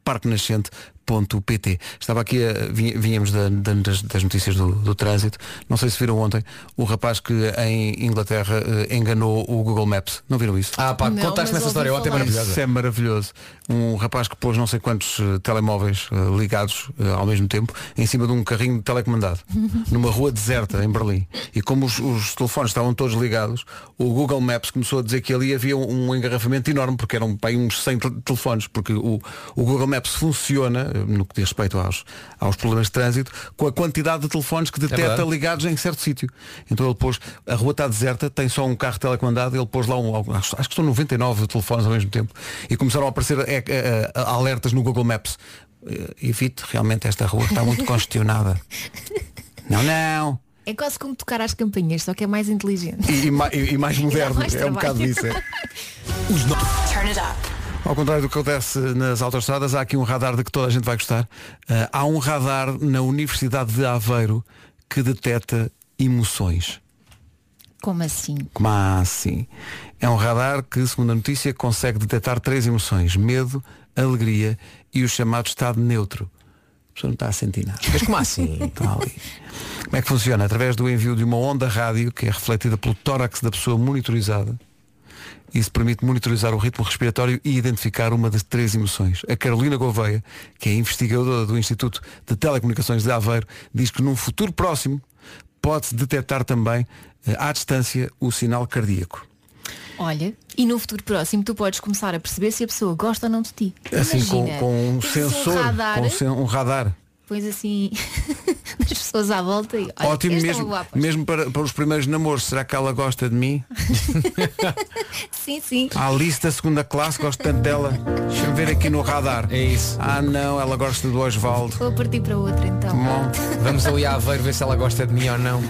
Speaker 1: parquenascente.pt. Estava aqui, a, vinha- vínhamos da- da- das, das notícias do, do trânsito. Não sei se viram ontem o rapaz que em Inglaterra eh, enganou o Google Maps. Não viram isso?
Speaker 6: Ah pá, Não, contaste-me mas essa história ouvi ontem, falar. maravilhosa.
Speaker 1: Isso é maravilhoso. Um rapaz que pôs não sei quantos eh, telemóveis eh, ligados eh, ao mesmo tempo em cima de um carrinho telecomandado numa rua deserta em Berlim. E como os, os telefones estavam todos ligados, o Google Maps começou a dizer que ali havia um, um engarrafamento enorme, porque eram para aí uns 100 tel- telefones, porque o, o Google Maps funciona, eh, no que diz respeito aos, aos problemas de trânsito, com a quantidade de telefones que detecta
Speaker 6: verdade.
Speaker 1: ligados em certo sítio. Então ele pôs, a rua está deserta, tem só um carro telecomandado, ele pôs lá um, acho, acho que são 99 telefones ao mesmo tempo. E começaram a aparecer eh, eh, eh, alertas no Google Maps. Eh, Evite realmente esta rua, está muito
Speaker 3: *laughs*
Speaker 1: congestionada. Não, não.
Speaker 3: É quase como tocar às campanhas, só que é mais inteligente.
Speaker 1: E, e ma- e- e mais moderno.
Speaker 3: mais
Speaker 1: é um bocado
Speaker 3: trabalho.
Speaker 1: disso. é.
Speaker 9: Turn
Speaker 17: *laughs*
Speaker 9: it up.
Speaker 1: Ao contrário do que acontece nas autostradas, há aqui um radar de que toda a gente vai gostar. Ah, há um radar na Universidade de Aveiro que detecta emoções.
Speaker 3: *laughs* Como assim?
Speaker 1: Como assim? É um radar que, segundo a notícia, consegue detectar três emoções. Medo, alegria e o chamado estado neutro. A pessoa não está a sentir nada. Mas como assim? *laughs* Como é que funciona? Através do envio de uma onda rádio que é refletida pelo tórax da pessoa monitorizada. Isso permite monitorizar o ritmo respiratório e identificar uma das três emoções. A Carolina Gouveia, que é investigadora do Instituto de Telecomunicações de Aveiro, diz que num futuro próximo pode-se detectar também, eh, à distância, o sinal cardíaco.
Speaker 3: Olha, e no futuro próximo tu podes começar a perceber se a pessoa gosta ou não de ti.
Speaker 1: Assim com,
Speaker 3: Imagina,
Speaker 1: com um
Speaker 3: tens assim
Speaker 1: sensor,
Speaker 3: radar,
Speaker 1: com um sen- um radar.
Speaker 3: pões assim *laughs* as pessoas à volta e olha,
Speaker 1: Ótimo
Speaker 3: este é
Speaker 1: mesmo,
Speaker 3: um guapo.
Speaker 1: mesmo para, para os primeiros namoros. Será que ela gosta de mim?
Speaker 3: Sim, sim.
Speaker 1: A Alice da segunda classe, gosto tanto dela. Deixa-me ver aqui no radar. É isso. Ah não, ela gosta do Osvaldo.
Speaker 3: Vou partir para outra então.
Speaker 1: Bom.
Speaker 6: Vamos ali a Aveiro ver se ela gosta de mim ou não.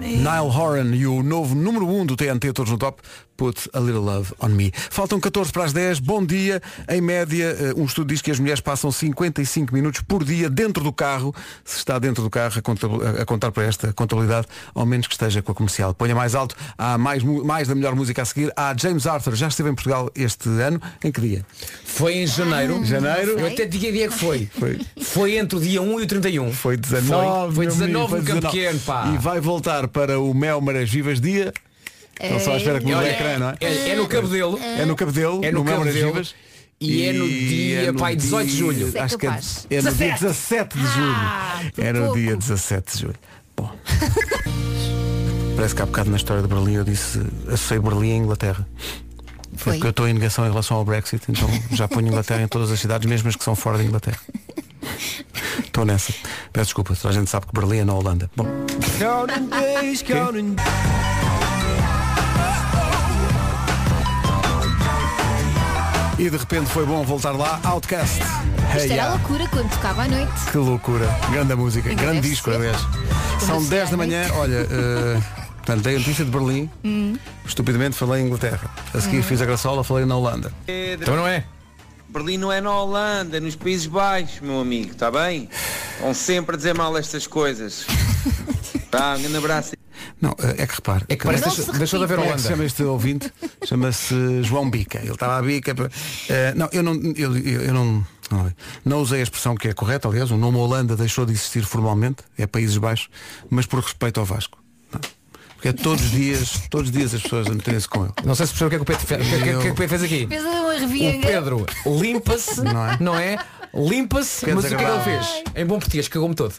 Speaker 1: Niall Horan e o novo número 1 um do TNT, todos no top, Put a Little Love on Me. Faltam 14 para as 10, bom dia. Em média, eh, um estudo diz que as mulheres passam 55 minutos por dia dentro do carro, se está dentro do carro a, contabil- a- a contar para esta contabilidade, ao menos que esteja com a comercial. Ponha mais alto, há mais, mu- mais da melhor música a seguir. Há James Arthur, já esteve em Portugal este ano, em que dia?
Speaker 6: Foi em janeiro.
Speaker 1: Janeiro.
Speaker 6: Eu até digo que dia é que foi. foi. entre o dia 1 e o 31.
Speaker 1: Foi 19.
Speaker 6: Foi
Speaker 1: meu amigo,
Speaker 6: 19 no
Speaker 1: foi
Speaker 6: campo
Speaker 1: 19.
Speaker 6: pequeno, pá.
Speaker 1: E vai voltar para o Mel Maras Vivas dia. Não só à espera que mude
Speaker 6: É,
Speaker 1: o
Speaker 6: olha,
Speaker 1: ecrã, não é?
Speaker 6: é- é no Cabedelo.
Speaker 1: É no Cabedelo,
Speaker 6: É no
Speaker 1: Mel Maras
Speaker 6: Cabedelo.
Speaker 1: Vivas.
Speaker 6: E é no dia, pai, 18 de julho.
Speaker 1: Acho que é,
Speaker 6: Capaz.
Speaker 1: é no dia
Speaker 6: 17.
Speaker 1: 17 de julho. é no dia 17 de julho. Bom. *laughs* Parece que há bocado na história de Berlim eu disse associei Berlim à Inglaterra. Foi. Porque eu estou em negação em relação ao Brexit, então já ponho Inglaterra em todas as cidades, mesmo as que são fora da Inglaterra. Estou nessa. Peço desculpa, toda a gente sabe que Berlim é na Holanda. Bom. E de repente foi bom voltar lá. Outcast.
Speaker 3: Isto
Speaker 1: Hey
Speaker 3: era
Speaker 1: ya.
Speaker 3: loucura quando tocava à noite.
Speaker 1: Que loucura. Grande música.
Speaker 3: Ainda
Speaker 1: Grande
Speaker 3: deve
Speaker 1: disco,
Speaker 3: ser.
Speaker 1: aliás. São 10 da manhã. Olha, eh, portanto, dei a notícia de Berlim.
Speaker 3: Hum.
Speaker 1: Estupidamente falei em Inglaterra. A
Speaker 3: Ah.
Speaker 1: seguir fiz a graçola, falei na Holanda. Então não é?
Speaker 10: Berlim não é na Holanda, nos Países Baixos, meu amigo, está bem? Vão sempre a dizer mal estas coisas. Tá, um grande abraço.
Speaker 1: Não, eh, é que repare. É
Speaker 10: que parece Não que deixou- se deixou de haver
Speaker 1: Como é que
Speaker 10: Holanda.
Speaker 1: se chama este ouvinte? Chama-se João Bica. Ele estava a bica. para- Eh, não, eu não. Eu, eu- eu não não, não usei a expressão que é correta, aliás, o nome Holanda deixou de existir formalmente, é Países Baixos, mas por respeito ao Vasco. Não. Porque é todos os dias, todos os dias as pessoas meterem-se com ele.
Speaker 6: Não sei se percebeu o que é que o Pedro fez, o que é que- o que é que o Pedro fez aqui.
Speaker 3: Fez um uma
Speaker 6: O
Speaker 3: revianga.
Speaker 6: Pedro limpa-se, não é? Limpa-se,
Speaker 1: Que
Speaker 6: mas o que é que ele
Speaker 1: desagradável.
Speaker 6: fez? Em bom português, cagou-me todo.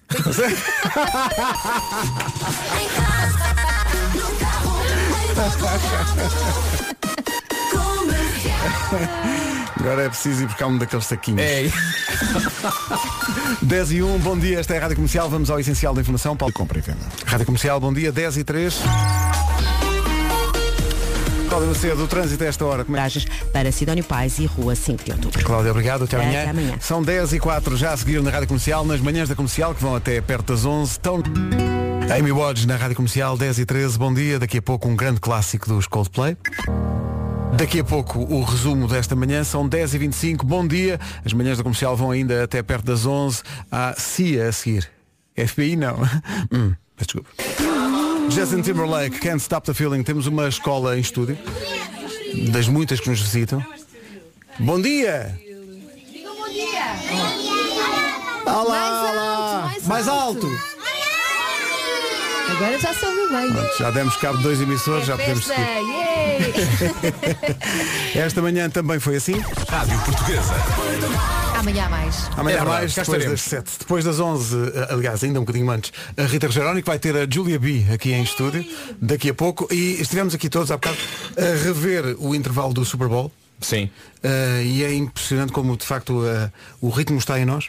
Speaker 1: Agora é preciso ir buscar um daqueles saquinhos.
Speaker 6: *laughs*
Speaker 1: É. 10 e 1, bom dia, esta é a Rádio Comercial, vamos ao essencial da informação. Paulo compra e venda. Rádio Comercial, bom dia, 10 e 3. Cláudia Macedo, o trânsito a esta hora. Como
Speaker 5: é? Para Sidónio Pais e Rua 5 de Outubro.
Speaker 1: Cláudia, obrigado, até amanhã.
Speaker 5: Até amanhã.
Speaker 1: São 10 e 4 já a seguir na Rádio Comercial, nas manhãs da Comercial, que vão até perto das 11. Estão... Amy Watts na Rádio Comercial, 10 e 13, bom dia. Daqui a pouco um grande clássico dos Coldplay. Daqui a pouco o resumo desta manhã são 10 e 25 bom dia. As manhãs da comercial vão ainda até perto das 11 à CIA a seguir. FBI não. *laughs* Hum, peço desculpa. Justin Timberlake, Can't Stop the Feeling. Temos uma escola em estúdio, das muitas que nos visitam. Bom dia! Olá,
Speaker 3: mais
Speaker 1: olá.
Speaker 3: alto, mais,
Speaker 1: Mais alto.
Speaker 3: Agora já soube bem.
Speaker 1: Pronto, já demos cabo de dois emissores,
Speaker 3: É
Speaker 1: já podemos
Speaker 3: Festa,
Speaker 1: seguir. *laughs*
Speaker 3: yay!
Speaker 1: Esta manhã também foi assim. Rádio Portuguesa.
Speaker 3: Amanhã há mais.
Speaker 1: Amanhã
Speaker 6: É verdade,
Speaker 1: mais,
Speaker 6: cá
Speaker 1: depois das
Speaker 6: estaremos.
Speaker 1: 7. Depois das 11, eh, aliás, ainda um bocadinho antes, a Rita Rogeroni, que vai ter a Julia B aqui em estúdio, daqui a pouco. E estivemos aqui todos há bocado a rever o intervalo do Super Bowl.
Speaker 2: Sim.
Speaker 1: Eh, e é impressionante como, de facto, eh, o ritmo está em nós.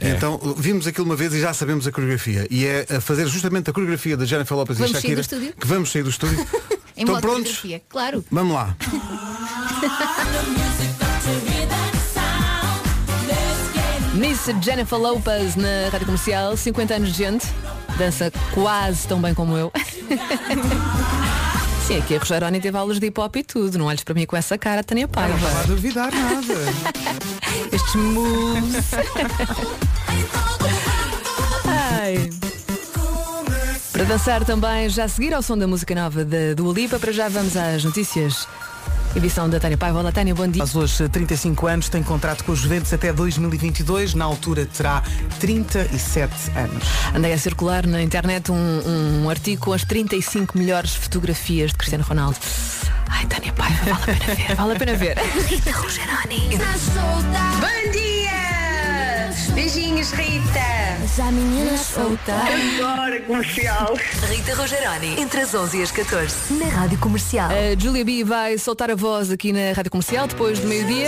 Speaker 1: Então, vimos aquilo uma vez e já sabemos a coreografia. E é a fazer justamente a coreografia da Jennifer Lopez
Speaker 3: Vamos
Speaker 1: e
Speaker 3: sair
Speaker 1: Shakira
Speaker 3: do estúdio?
Speaker 1: que vamos sair do estúdio.
Speaker 3: *laughs* Em
Speaker 1: Estão
Speaker 3: modo
Speaker 1: prontos?
Speaker 3: fotografia, Claro.
Speaker 1: Vamos lá.
Speaker 22: Miss Jennifer Lopez na Rádio Comercial, 50 anos de gente, dança quase tão bem como eu. *laughs* Sim, aqui a Rogeroni teve aulas de hip hop e tudo, não olhes para mim com essa cara, Tânia Paiva.
Speaker 9: estava a
Speaker 1: duvidar nada.
Speaker 22: *laughs* Estes moves. *laughs* Ai. Para dançar também, já a seguir ao som da música nova da Dua Lipa, para já vamos às notícias. Edição da Tânia Paiva. Olá Tânia, bom dia.
Speaker 23: Faz hoje 35 anos, tem contrato com os Juventus até 2022, na altura terá 37 anos.
Speaker 22: Andei a circular na internet um, um artigo com as 35 melhores fotografias de Cristiano Ronaldo. Ai, Tânia Paiva, vale a pena ver. *laughs* Vale a pena ver.
Speaker 9: Bom dia! Beijinhos!
Speaker 3: Beijinhos, Rita.
Speaker 14: Mas há meninas
Speaker 3: Adoro comercial. Rita Rogeroni, entre as 11 e as 14, na Rádio Comercial.
Speaker 22: Eh, A Julia B vai soltar a voz aqui na Rádio Comercial depois do meio-dia.